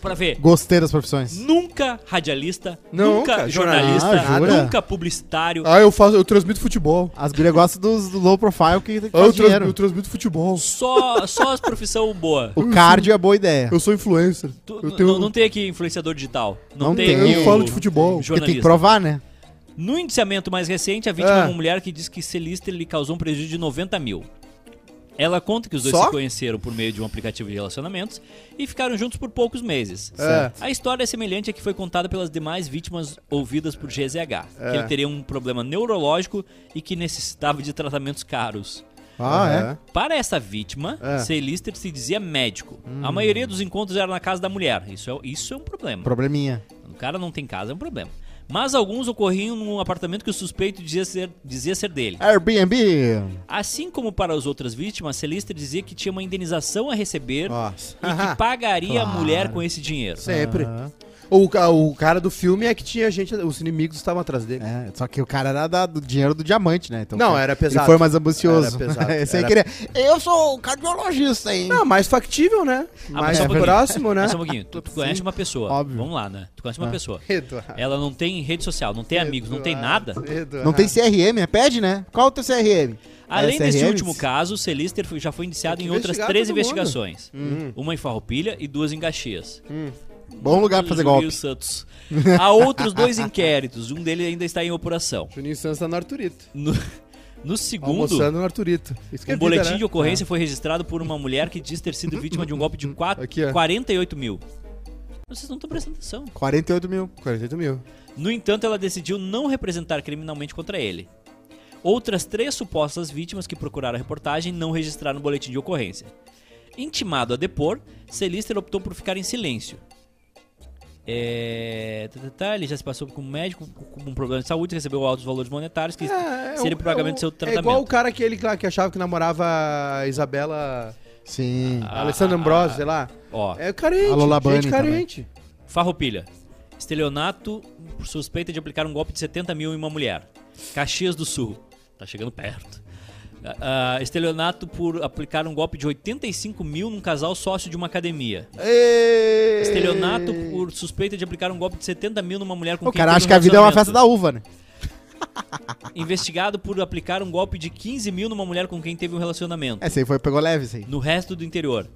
Speaker 2: Para ver.
Speaker 1: Gostei das profissões.
Speaker 2: Nunca radialista,
Speaker 3: Não,
Speaker 2: nunca
Speaker 3: cara,
Speaker 2: jornalista,
Speaker 1: jornalista, jura?
Speaker 2: nunca publicitário,
Speaker 3: Ah, eu faço, eu transmito futebol.
Speaker 1: As gurias gostam dos do low profile que tem que
Speaker 3: Ah, eu,
Speaker 1: faz
Speaker 3: trans,
Speaker 1: dinheiro.
Speaker 3: eu transmito futebol.
Speaker 2: só, só as profissão boa.
Speaker 1: O cardio é boa ideia.
Speaker 3: Eu sou influencer.
Speaker 2: Tu-
Speaker 3: eu
Speaker 2: n-
Speaker 3: tenho,
Speaker 2: não, não tem aqui influenciador digital. Não,
Speaker 1: Não
Speaker 2: tem,
Speaker 1: tem.
Speaker 2: aqui
Speaker 1: Eu
Speaker 2: o
Speaker 3: falo de futebol.
Speaker 1: Porque tem que
Speaker 2: Jornalista.
Speaker 1: provar, né?
Speaker 2: No indiciamento mais recente, a vítima é,
Speaker 3: Ah.
Speaker 2: uma mulher que diz que Celister lhe causou um prejuízo de 90 mil. Ela conta que os dois
Speaker 3: Só?
Speaker 2: se conheceram por meio de um aplicativo de relacionamentos e ficaram juntos por poucos meses.
Speaker 3: Certo.
Speaker 2: A história é semelhante à que foi contada pelas demais vítimas ouvidas por GZH,
Speaker 3: É.
Speaker 2: que ele teria um problema neurológico e que necessitava de tratamentos caros.
Speaker 1: Ah, é.
Speaker 2: Para essa vítima,
Speaker 3: É. Hum.
Speaker 2: Celister se dizia médico. A maioria dos encontros era na casa da mulher. Isso é, isso é um problema.
Speaker 1: Probleminha.
Speaker 2: Quando o cara não tem casa, é um problema. Mas alguns ocorriam num apartamento que o suspeito dizia ser, dizia ser dele.
Speaker 1: Airbnb.
Speaker 2: Assim como para as outras vítimas, Celista dizia que tinha uma indenização a receber
Speaker 3: Nossa.
Speaker 2: e que pagaria a mulher com esse dinheiro.
Speaker 3: Sempre.
Speaker 1: Ah.
Speaker 3: O, ca- o cara do filme é que tinha gente, os inimigos estavam atrás dele.
Speaker 1: É, só que o cara era da- do dinheiro do diamante, né? Então,
Speaker 3: Não,
Speaker 1: o cara-
Speaker 3: era pesado.
Speaker 1: Ele foi mais ambicioso.
Speaker 3: Era pesado,
Speaker 1: Esse aí
Speaker 3: era-
Speaker 1: queria. Eu sou um cardiologista, hein?
Speaker 3: Não, mais factível, né?
Speaker 2: mas
Speaker 3: Mais
Speaker 2: só um pouquinho.
Speaker 3: próximo, né? Ah.
Speaker 2: Mas só um pouquinho, tu, tu conhece uma pessoa.
Speaker 1: óbvio.
Speaker 2: Vamos lá, né? Tu conhece uma pessoa.
Speaker 3: Eduardo.
Speaker 2: Ela não tem rede social, não tem amigos, É, não tem nada.
Speaker 3: Eduardo.
Speaker 1: Não tem CRM, é pede, né? Qual o teu CRM?
Speaker 2: Além
Speaker 1: É
Speaker 2: desse
Speaker 1: CRMs?
Speaker 2: último caso, Celister foi- já foi indiciado
Speaker 3: Tem
Speaker 2: em
Speaker 3: que
Speaker 2: outras
Speaker 3: investigar
Speaker 2: três
Speaker 3: todo mundo. Hum.
Speaker 2: investigações. Uma em Farroupilha e duas em Caxias.
Speaker 1: Bom lugar pra fazer
Speaker 2: Juninho
Speaker 1: golpe.
Speaker 2: Santos. Há outros dois inquéritos, um deles ainda está em operação.
Speaker 3: Juninho Santos tá no Arturito.
Speaker 2: No, no segundo,
Speaker 3: Almoçando no Arturito. Isso
Speaker 2: um
Speaker 3: vida,
Speaker 2: boletim
Speaker 3: né?
Speaker 2: de ocorrência foi registrado por uma mulher que diz ter sido vítima de um golpe de quatro-
Speaker 3: Aqui, ó.
Speaker 2: 48 mil. Vocês não estão prestando atenção.
Speaker 1: 48 mil.
Speaker 3: 48 mil.
Speaker 2: No entanto, ela decidiu não representar criminalmente contra ele. Outras três supostas vítimas que procuraram a reportagem não registraram o boletim de ocorrência. Intimado a depor, Celister optou por ficar em silêncio. É... tá, tá, tá, ele já se passou como médico com um problema de saúde, recebeu altos valores monetários que
Speaker 3: É, é
Speaker 2: seria
Speaker 3: o-
Speaker 2: pro pagamento do seu
Speaker 3: é o- É igual o
Speaker 2: tratamento.
Speaker 3: cara que ele lá, que achava que namorava a Isabela,
Speaker 1: Sim.
Speaker 2: Ah,
Speaker 3: a Alessandra Ambrose, sei lá.
Speaker 2: Ó,
Speaker 3: É carente,
Speaker 1: A Lola Bunny
Speaker 3: gente carente.
Speaker 2: Farroupilha. Estelionato por suspeita de aplicar um golpe de 70 mil em uma mulher. Caxias do Sul. Tá chegando perto. Ah, ah, estelionato por aplicar um golpe de 85 mil num casal sócio de uma academia. Estelionato por suspeita de aplicar um golpe de 70 mil numa mulher com
Speaker 1: O
Speaker 2: quem
Speaker 1: cara
Speaker 2: teve
Speaker 1: acha
Speaker 2: um
Speaker 1: que a vida é uma festa da
Speaker 2: relacionamento.
Speaker 1: uva, né?
Speaker 2: Investigado por aplicar um golpe de 15 mil numa mulher com quem teve um relacionamento.
Speaker 1: Esse aí foi, pegou leve, esse aí.
Speaker 2: No resto do interior.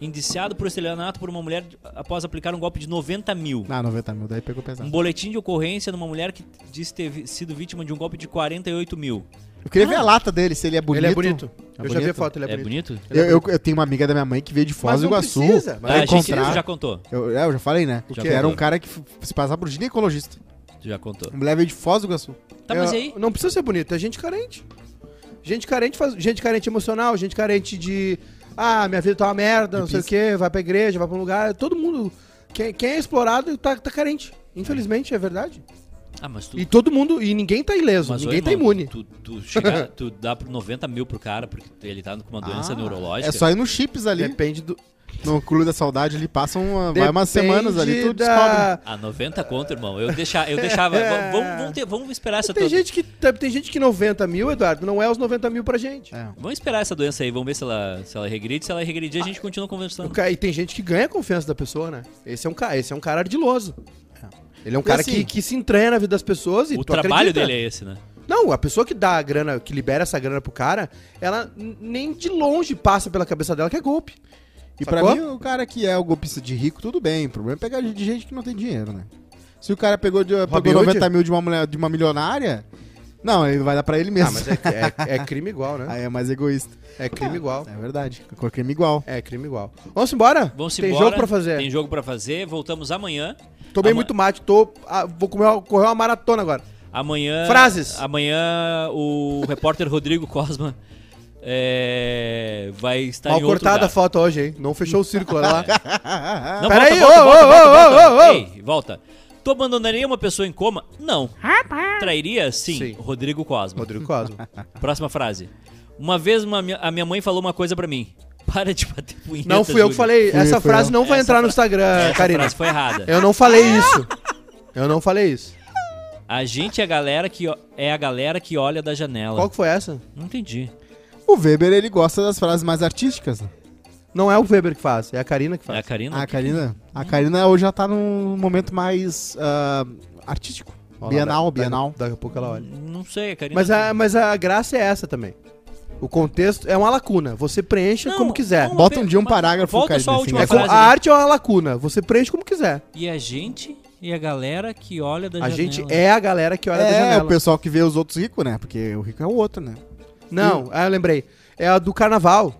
Speaker 2: Indiciado por estelionato por uma mulher após aplicar um golpe de 90 mil.
Speaker 1: Ah, 90 mil, daí pegou
Speaker 3: Tá.
Speaker 1: pesado.
Speaker 2: Um
Speaker 3: Hum.
Speaker 2: boletim de ocorrência numa mulher que disse ter vi- sido vítima de um golpe de 48 mil.
Speaker 1: Eu queria ver a lata dele, se ele é bonito.
Speaker 3: Ah. Ele é bonito.
Speaker 1: É
Speaker 3: eu já vi a
Speaker 1: bonito?
Speaker 3: foto, ele é,
Speaker 2: É
Speaker 3: bonito.
Speaker 2: bonito?
Speaker 1: Eu, eu- eu tenho uma amiga da minha mãe que veio de Foz
Speaker 3: Mas
Speaker 1: do
Speaker 3: não
Speaker 1: Iguaçu.
Speaker 3: precisa, mas
Speaker 1: pra
Speaker 2: Tá, achei que
Speaker 1: encontrar-
Speaker 2: tu já contou.
Speaker 1: Eu, é, eu já falei, né?
Speaker 2: Já
Speaker 1: que era
Speaker 2: contou.
Speaker 1: um cara que f- se passava por ginecologista.
Speaker 2: Tu já contou.
Speaker 1: A mulher veio de Foz do Iguaçu.
Speaker 2: Tá, mas
Speaker 3: Eu-
Speaker 2: aí?
Speaker 3: Não precisa ser bonito, é gente carente. Gente carente faz, gente carente emocional, gente carente de ah, minha vida tá uma merda, não sei o quê, vai pra igreja, vai pra um lugar, todo mundo quem, quem é explorado tá, tá carente. Infelizmente, é verdade.
Speaker 2: Ah, mas tu.
Speaker 3: E todo mundo, e ninguém tá ileso,
Speaker 2: mas, ô,
Speaker 3: ninguém tá
Speaker 2: irmão,
Speaker 3: imune.
Speaker 2: Tu, tu, chega- tu dá pro 90 mil pro cara, porque ele tá com uma doença
Speaker 1: Ah,
Speaker 2: neurológica.
Speaker 1: É só ir nos chips ali,
Speaker 3: Depende do.
Speaker 1: no Clube da Saudade, ali passam uma, vai umas
Speaker 3: Depende
Speaker 1: semanas ali, tu descobre.
Speaker 3: da-
Speaker 2: Ah, 90 conto, irmão. Eu, deixa, eu deixava. v- vamos, vamos, ter- vamos esperar essa
Speaker 3: É. Tem
Speaker 2: tua-
Speaker 3: gente, que, tem gente que 90 mil, Eduardo, não é os 90 mil pra gente.
Speaker 1: É.
Speaker 2: Vamos esperar essa doença aí, vamos ver se ela, se ela regride. Se ela regredir, a gente continua conversando.
Speaker 3: Ah, O ca- E tem gente que ganha a confiança da pessoa, né? Esse é um, ca- esse é um cara ardiloso. Ele é um cara
Speaker 1: assim,
Speaker 3: que, que se entranha na vida das pessoas e
Speaker 2: O
Speaker 3: tu
Speaker 2: trabalho
Speaker 3: acredita.
Speaker 2: dele é esse, né?
Speaker 3: Não, a pessoa que dá a grana, que libera essa grana pro cara, ela n- nem de longe passa pela cabeça dela que é golpe.
Speaker 1: E pra
Speaker 3: Sacou?
Speaker 1: mim, o cara que é o golpista de rico, tudo bem. O problema é pegar de gente que não tem dinheiro, né? Se o cara pegou, de,
Speaker 3: Robin
Speaker 1: pegou
Speaker 3: Hood?
Speaker 1: 90 mil de uma, mulher, de uma milionária, não, ele vai dar pra ele mesmo.
Speaker 3: Ah, mas é, é- é crime igual, né?
Speaker 1: Aí é mais egoísta.
Speaker 3: É crime igual.
Speaker 1: É verdade. Com crime igual.
Speaker 3: É crime igual. Vamos embora?
Speaker 2: Vamos
Speaker 3: tem
Speaker 2: embora,
Speaker 3: jogo pra fazer.
Speaker 2: Tem jogo pra fazer. Voltamos amanhã.
Speaker 3: Tomei
Speaker 2: Ama-
Speaker 3: muito mate, tô. ah, vou comer uma- correr uma maratona agora.
Speaker 2: Amanhã.
Speaker 3: Frases.
Speaker 2: Amanhã o repórter Rodrigo Cosma é, vai estar
Speaker 3: Mal
Speaker 2: em outro
Speaker 3: cortada a
Speaker 2: lugar. É.
Speaker 3: foto hoje, hein? Não fechou o círculo, olha lá.
Speaker 2: Não,
Speaker 3: Pera
Speaker 2: volta,
Speaker 3: aí,
Speaker 2: volta,
Speaker 3: ô,
Speaker 2: volta,
Speaker 3: ô,
Speaker 2: volta,
Speaker 3: ô,
Speaker 2: volta.
Speaker 3: ô, ô.
Speaker 2: Ei, volta. Tu abandonaria uma pessoa em coma? Não. Trairia? Sim.
Speaker 3: Sim.
Speaker 2: Rodrigo Cosma.
Speaker 3: Rodrigo Cosmo.
Speaker 2: Próxima frase. Uma vez uma mi- a minha mãe falou uma coisa pra mim. Para de bater punheta,
Speaker 3: Não fui eu que
Speaker 2: Júlio.
Speaker 3: falei.
Speaker 1: Fui,
Speaker 3: Essa
Speaker 1: fui
Speaker 3: frase
Speaker 1: eu.
Speaker 3: não vai entrar no Instagram,
Speaker 2: Essa
Speaker 3: Karina.
Speaker 2: frase foi errada.
Speaker 3: Eu não falei isso. Eu não falei isso.
Speaker 2: A gente é a galera que o- é a galera que olha da janela.
Speaker 3: Qual que foi essa?
Speaker 2: Não entendi.
Speaker 1: O Weber, ele gosta das frases mais artísticas. né?
Speaker 3: Não é o Weber que faz, é a Karina que
Speaker 2: É a
Speaker 3: faz.
Speaker 2: Karina?
Speaker 1: A Ah, Karina,
Speaker 2: é?
Speaker 1: a Karina hoje já tá num momento mais ah, artístico.
Speaker 3: Olha lá,
Speaker 1: bienal,
Speaker 3: daqui-
Speaker 1: bienal.
Speaker 3: Daqui a pouco ela olha.
Speaker 2: Não sei, a Karina.
Speaker 3: Mas a, mas a graça é essa também. O contexto é uma lacuna. Você preenche
Speaker 2: Não,
Speaker 3: como quiser.
Speaker 2: não,
Speaker 1: Bota
Speaker 2: pe-
Speaker 1: um dia um
Speaker 2: mas
Speaker 1: parágrafo,
Speaker 2: volta
Speaker 1: Karina,
Speaker 2: só a
Speaker 1: assim,
Speaker 2: última
Speaker 1: né?
Speaker 3: É co-
Speaker 2: frase,
Speaker 3: a
Speaker 2: né?
Speaker 3: arte é uma lacuna. Você preenche como quiser.
Speaker 2: E a gente é a galera que olha da
Speaker 3: A
Speaker 2: janela.
Speaker 3: gente é a galera que olha da
Speaker 1: É,
Speaker 3: janela.
Speaker 1: o pessoal que vê os outros ricos, né? Porque o rico é o outro, né?
Speaker 3: Não, ah, eu lembrei. É a do carnaval.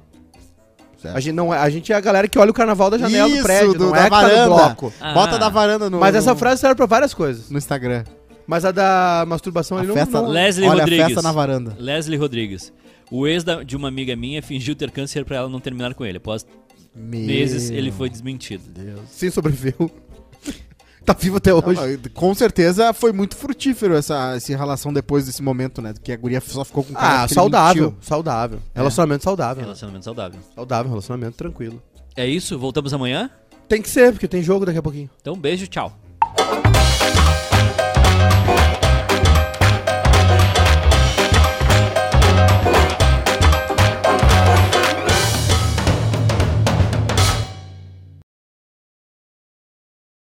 Speaker 3: A gente, não, é- a gente é a galera que olha o carnaval da janela do prédio, não é a que tá no bloco.
Speaker 2: Ah.
Speaker 1: Bota da varanda no
Speaker 3: Mas essa
Speaker 1: no-
Speaker 3: frase serve pra várias coisas.
Speaker 1: no Instagram.
Speaker 3: Mas a da masturbação
Speaker 1: A
Speaker 3: ele não,
Speaker 1: festa,
Speaker 3: não-
Speaker 2: Leslie
Speaker 1: olha
Speaker 2: Rodrigues.
Speaker 1: a festa na varanda.
Speaker 2: Leslie Rodrigues. O ex da- de uma amiga minha fingiu ter câncer pra ela não terminar com ele. Após meses, ele foi desmentido.
Speaker 3: Sim, sobreviveu. tá vivo até
Speaker 1: Não,
Speaker 3: hoje.
Speaker 1: mas Com certeza foi muito frutífero essa, essa relação depois desse momento, né? Que a guria só ficou com o cara
Speaker 3: ah,
Speaker 1: que ele
Speaker 3: saudável,
Speaker 1: mentiu.
Speaker 3: saudável. Relacionamento saudável. né?
Speaker 2: Relacionamento saudável.
Speaker 3: Saudável, relacionamento tranquilo.
Speaker 2: É isso, voltamos amanhã.
Speaker 3: Tem que ser, porque tem jogo daqui a pouquinho.
Speaker 2: Então, beijo, tchau.